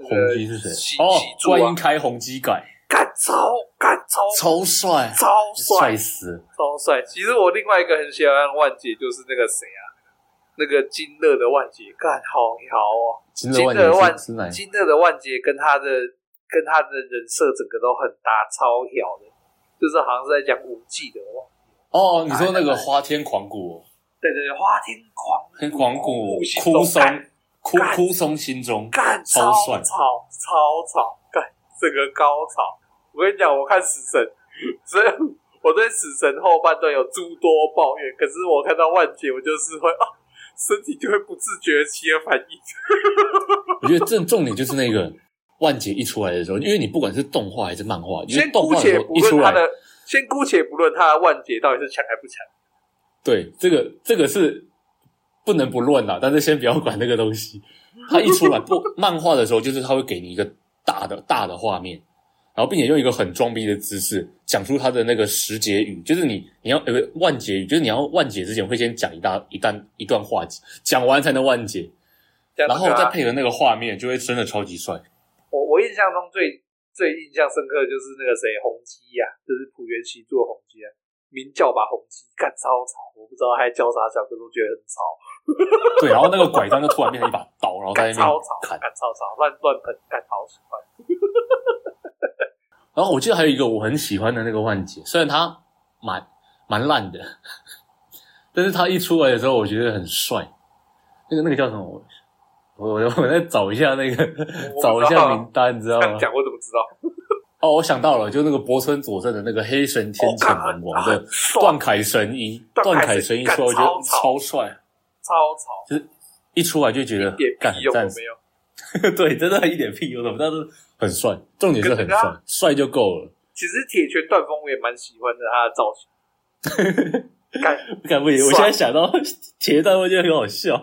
Speaker 3: 那
Speaker 1: 红
Speaker 3: 个
Speaker 1: 鸡是谁
Speaker 3: 七？
Speaker 1: 哦
Speaker 3: 七，柱
Speaker 1: 观
Speaker 3: 啊
Speaker 1: 音，开红鸡改，
Speaker 3: 干超干超
Speaker 1: 超帅，
Speaker 3: 超帅
Speaker 1: 帅死了！
Speaker 3: 超帅！其实我另外一个很喜欢万劫，就是那个谁啊，那个金乐的万劫，干好摇哦。
Speaker 1: 金
Speaker 3: 金
Speaker 1: 万
Speaker 3: 乐万
Speaker 1: 年是哪一？
Speaker 3: 金乐的万劫跟他的跟他的人设整个都很搭，超屌的，就是好像是在讲武技的哦。
Speaker 1: 哦，你说那
Speaker 3: 哎
Speaker 1: 个
Speaker 3: 哎哎
Speaker 1: 花天狂骨哦，
Speaker 3: 对对对，花天狂
Speaker 1: 天狂骨
Speaker 3: 心中
Speaker 1: 枯松
Speaker 3: 干
Speaker 1: 枯
Speaker 3: 干
Speaker 1: 枯松心中，
Speaker 3: 干
Speaker 1: 超帅
Speaker 3: 吵超吵干这个高潮。我跟你讲，我看死神，所以我对死神后半段有诸多抱怨，可是我看到万劫，我就是会啊，身体就会不自觉地起了反应。
Speaker 1: 我觉得正重点就是那个万劫一出来的时候，因为你不管是动画还是漫画，就是
Speaker 3: 先
Speaker 1: 动
Speaker 3: 姑
Speaker 1: 画的时
Speaker 3: 且
Speaker 1: 候
Speaker 3: 不
Speaker 1: 一出
Speaker 3: 论他
Speaker 1: 来，
Speaker 3: 的，先姑且不论他的万劫到底是强还不强。
Speaker 1: 对这个这个是不能不论啦，但是先不要管那个东西。它一出来不漫画的时候，就是它会给你一个大的大的画面，然后并且用一个很装逼的姿势讲出它的那个十节语，就是你你要呃不万节语，就是你要万节之前会先讲一大一段一段话，讲完才能万节，
Speaker 3: 这样
Speaker 1: 然
Speaker 3: 子
Speaker 1: 后
Speaker 3: 啊
Speaker 1: 再配合那个画面，就会真的超级帅。
Speaker 3: 我我印象中最最印象深刻的就是那个谁红鸡呀、就是浦原喜助的红鸡啊，鸣叫吧红鸡，干超吵，我不知道他在叫啥小，可是我觉得很吵，
Speaker 1: 对，然后那个拐杖就突然变成一把刀，然后在那
Speaker 3: 干
Speaker 1: 边
Speaker 3: 超吵，
Speaker 1: 砍。
Speaker 3: 干超吵，乱乱喷，干好喜欢。
Speaker 1: 然后我记得还有一个我很喜欢的那个万劫，虽然它蛮蛮烂的， 但是它一出来的时候，我觉得很帅。那个那个叫什么？我我我我再找一下那个
Speaker 3: 我不知道
Speaker 1: 找一下 名单，你知道
Speaker 3: 这
Speaker 1: 吗
Speaker 3: 样？讲我怎么知道？
Speaker 1: 哦，我想到了，就那个博村佐证的那个黑神 天
Speaker 3: 哦
Speaker 1: 谴
Speaker 3: 干
Speaker 1: 门
Speaker 3: 啊
Speaker 1: 王的
Speaker 3: 爽
Speaker 1: 段，凯神医，
Speaker 3: 段
Speaker 1: 段
Speaker 3: 凯
Speaker 1: 凯
Speaker 3: 神
Speaker 1: 神
Speaker 3: 医
Speaker 1: 医出来，我觉
Speaker 3: 干超
Speaker 1: 得
Speaker 3: 吵
Speaker 1: 超帅，
Speaker 3: 超吵，
Speaker 1: 一出来就觉得
Speaker 3: 一点
Speaker 1: 干
Speaker 3: 屁
Speaker 1: 很
Speaker 3: 用
Speaker 1: 赞
Speaker 3: 都，没有。
Speaker 1: 对，真的一点屁用都没有，但是很帅，重点是很
Speaker 3: 跟那个
Speaker 1: 帅，帅就够了。
Speaker 3: 其实铁拳断风我也蛮喜欢的，他的造 型。干
Speaker 1: 干不行，我现在想到铁蛋，我觉得很好笑。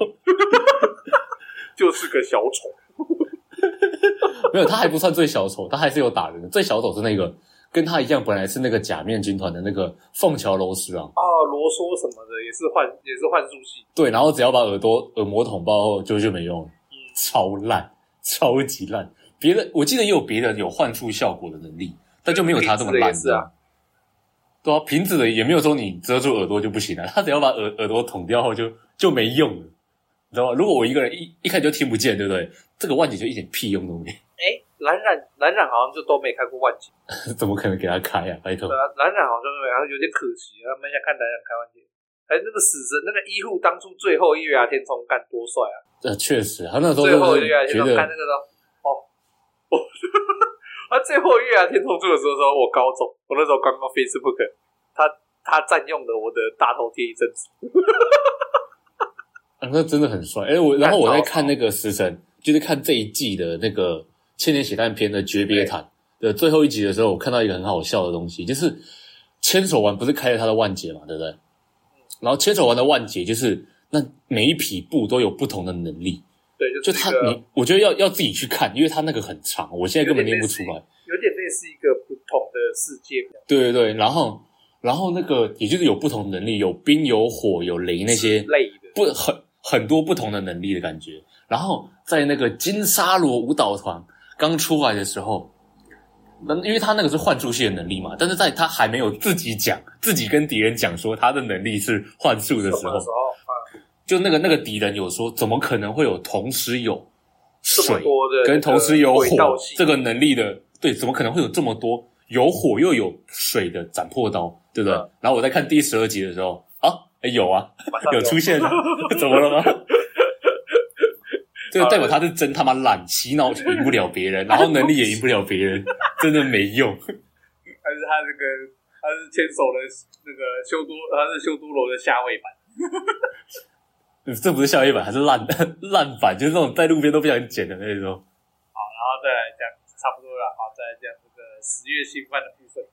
Speaker 3: 就是个小丑，
Speaker 1: 没有，他还不算最小丑，他还是有打人的。最小丑是那个跟他一样，本来是那个假面军团的那个凤桥楼十郎，
Speaker 3: 啊，罗嗦什么的也是幻，也是幻术系。
Speaker 1: 对，然后只要把耳朵耳膜捅爆后，就就没用了，超烂，超级烂。别的我记得也有别的有幻术效果的能力，但就没有他这么烂
Speaker 3: 瓶子的也是啊。
Speaker 1: 对啊，瓶子的也没有说你遮住耳朵就不行了、他只要把耳耳朵捅掉后就就没用了。你知道吗？如果我一个人一一看就听不见，对不对？这个万姐就一点屁用都没
Speaker 3: 哎，蓝染蓝染好像就都没看过万劫，
Speaker 1: 有， 怎么可能给他开啊？拜托
Speaker 3: 对，啊，蓝染好像没有，有点可惜啊，蛮想看蓝染开万劫。还有那个死神，那个医护当初最后一月牙天冲干多帅啊！
Speaker 1: 呃，确实，他那时候
Speaker 3: 最后
Speaker 1: 就是
Speaker 3: 一月牙啊天
Speaker 1: 觉
Speaker 3: 冲
Speaker 1: 得
Speaker 3: 看那个时候，哦， 我他最后一月牙天冲出的时候，时候我高中，我那时候刚刚 Facebook，他他占用了我的大头贴一阵子。
Speaker 1: 啊那真的很帅。哎、我然后我在
Speaker 3: 干到
Speaker 1: 看那个《食神》，就是看这一季的那个《千年血战篇》的诀别谈的最后一集的时候，我看到一个很好笑的东西，就是千手丸不是开了他的万劫嘛，对不对？然后千手丸的万劫就是那每一匹布都有不同的能力，
Speaker 3: 对，
Speaker 1: 就是他
Speaker 3: 一个
Speaker 1: 你我觉得要要自己去看，因为他那个很长，我现在根本念不出来。
Speaker 3: 有点类似一个不同的世界，
Speaker 1: 对对对，然后然后那个也就是有不同能力，有冰、有火、有雷那些
Speaker 3: 类的。
Speaker 1: 不很很多不同的能力的感觉。然后在那个金沙罗舞蹈团刚出来的时候，那因为他那个是幻术系的能力嘛，但是在他还没有自己讲、自己跟敌人讲说他的能力是幻术的时
Speaker 3: 什么
Speaker 1: 候
Speaker 3: 的，时候啊，
Speaker 1: 就那个那个敌人有说，怎么可能会有同时有
Speaker 3: 这么
Speaker 1: 水
Speaker 3: 多的
Speaker 1: 跟同时有火
Speaker 3: 轨道系
Speaker 1: 这个能力的，对，怎么可能会有这么多有火又有水的斩破刀，对不对？
Speaker 3: 嗯
Speaker 1: 然后我在看第十二集的时候，啊，哎有啊，
Speaker 3: 马上
Speaker 1: 有出现啊，怎么了吗？这个代表他是真他妈懒，洗脑赢不了别人，然后能力也赢不了别人，真的没用。
Speaker 3: 还是他这个他是牵手的那个修都，他是修都楼的下位版，
Speaker 1: 这不是校一版，还是烂烂版，就是那种在路边都不想捡的那种。
Speaker 3: 然后再来讲差不多了，好，再来讲这个十月新番的部分。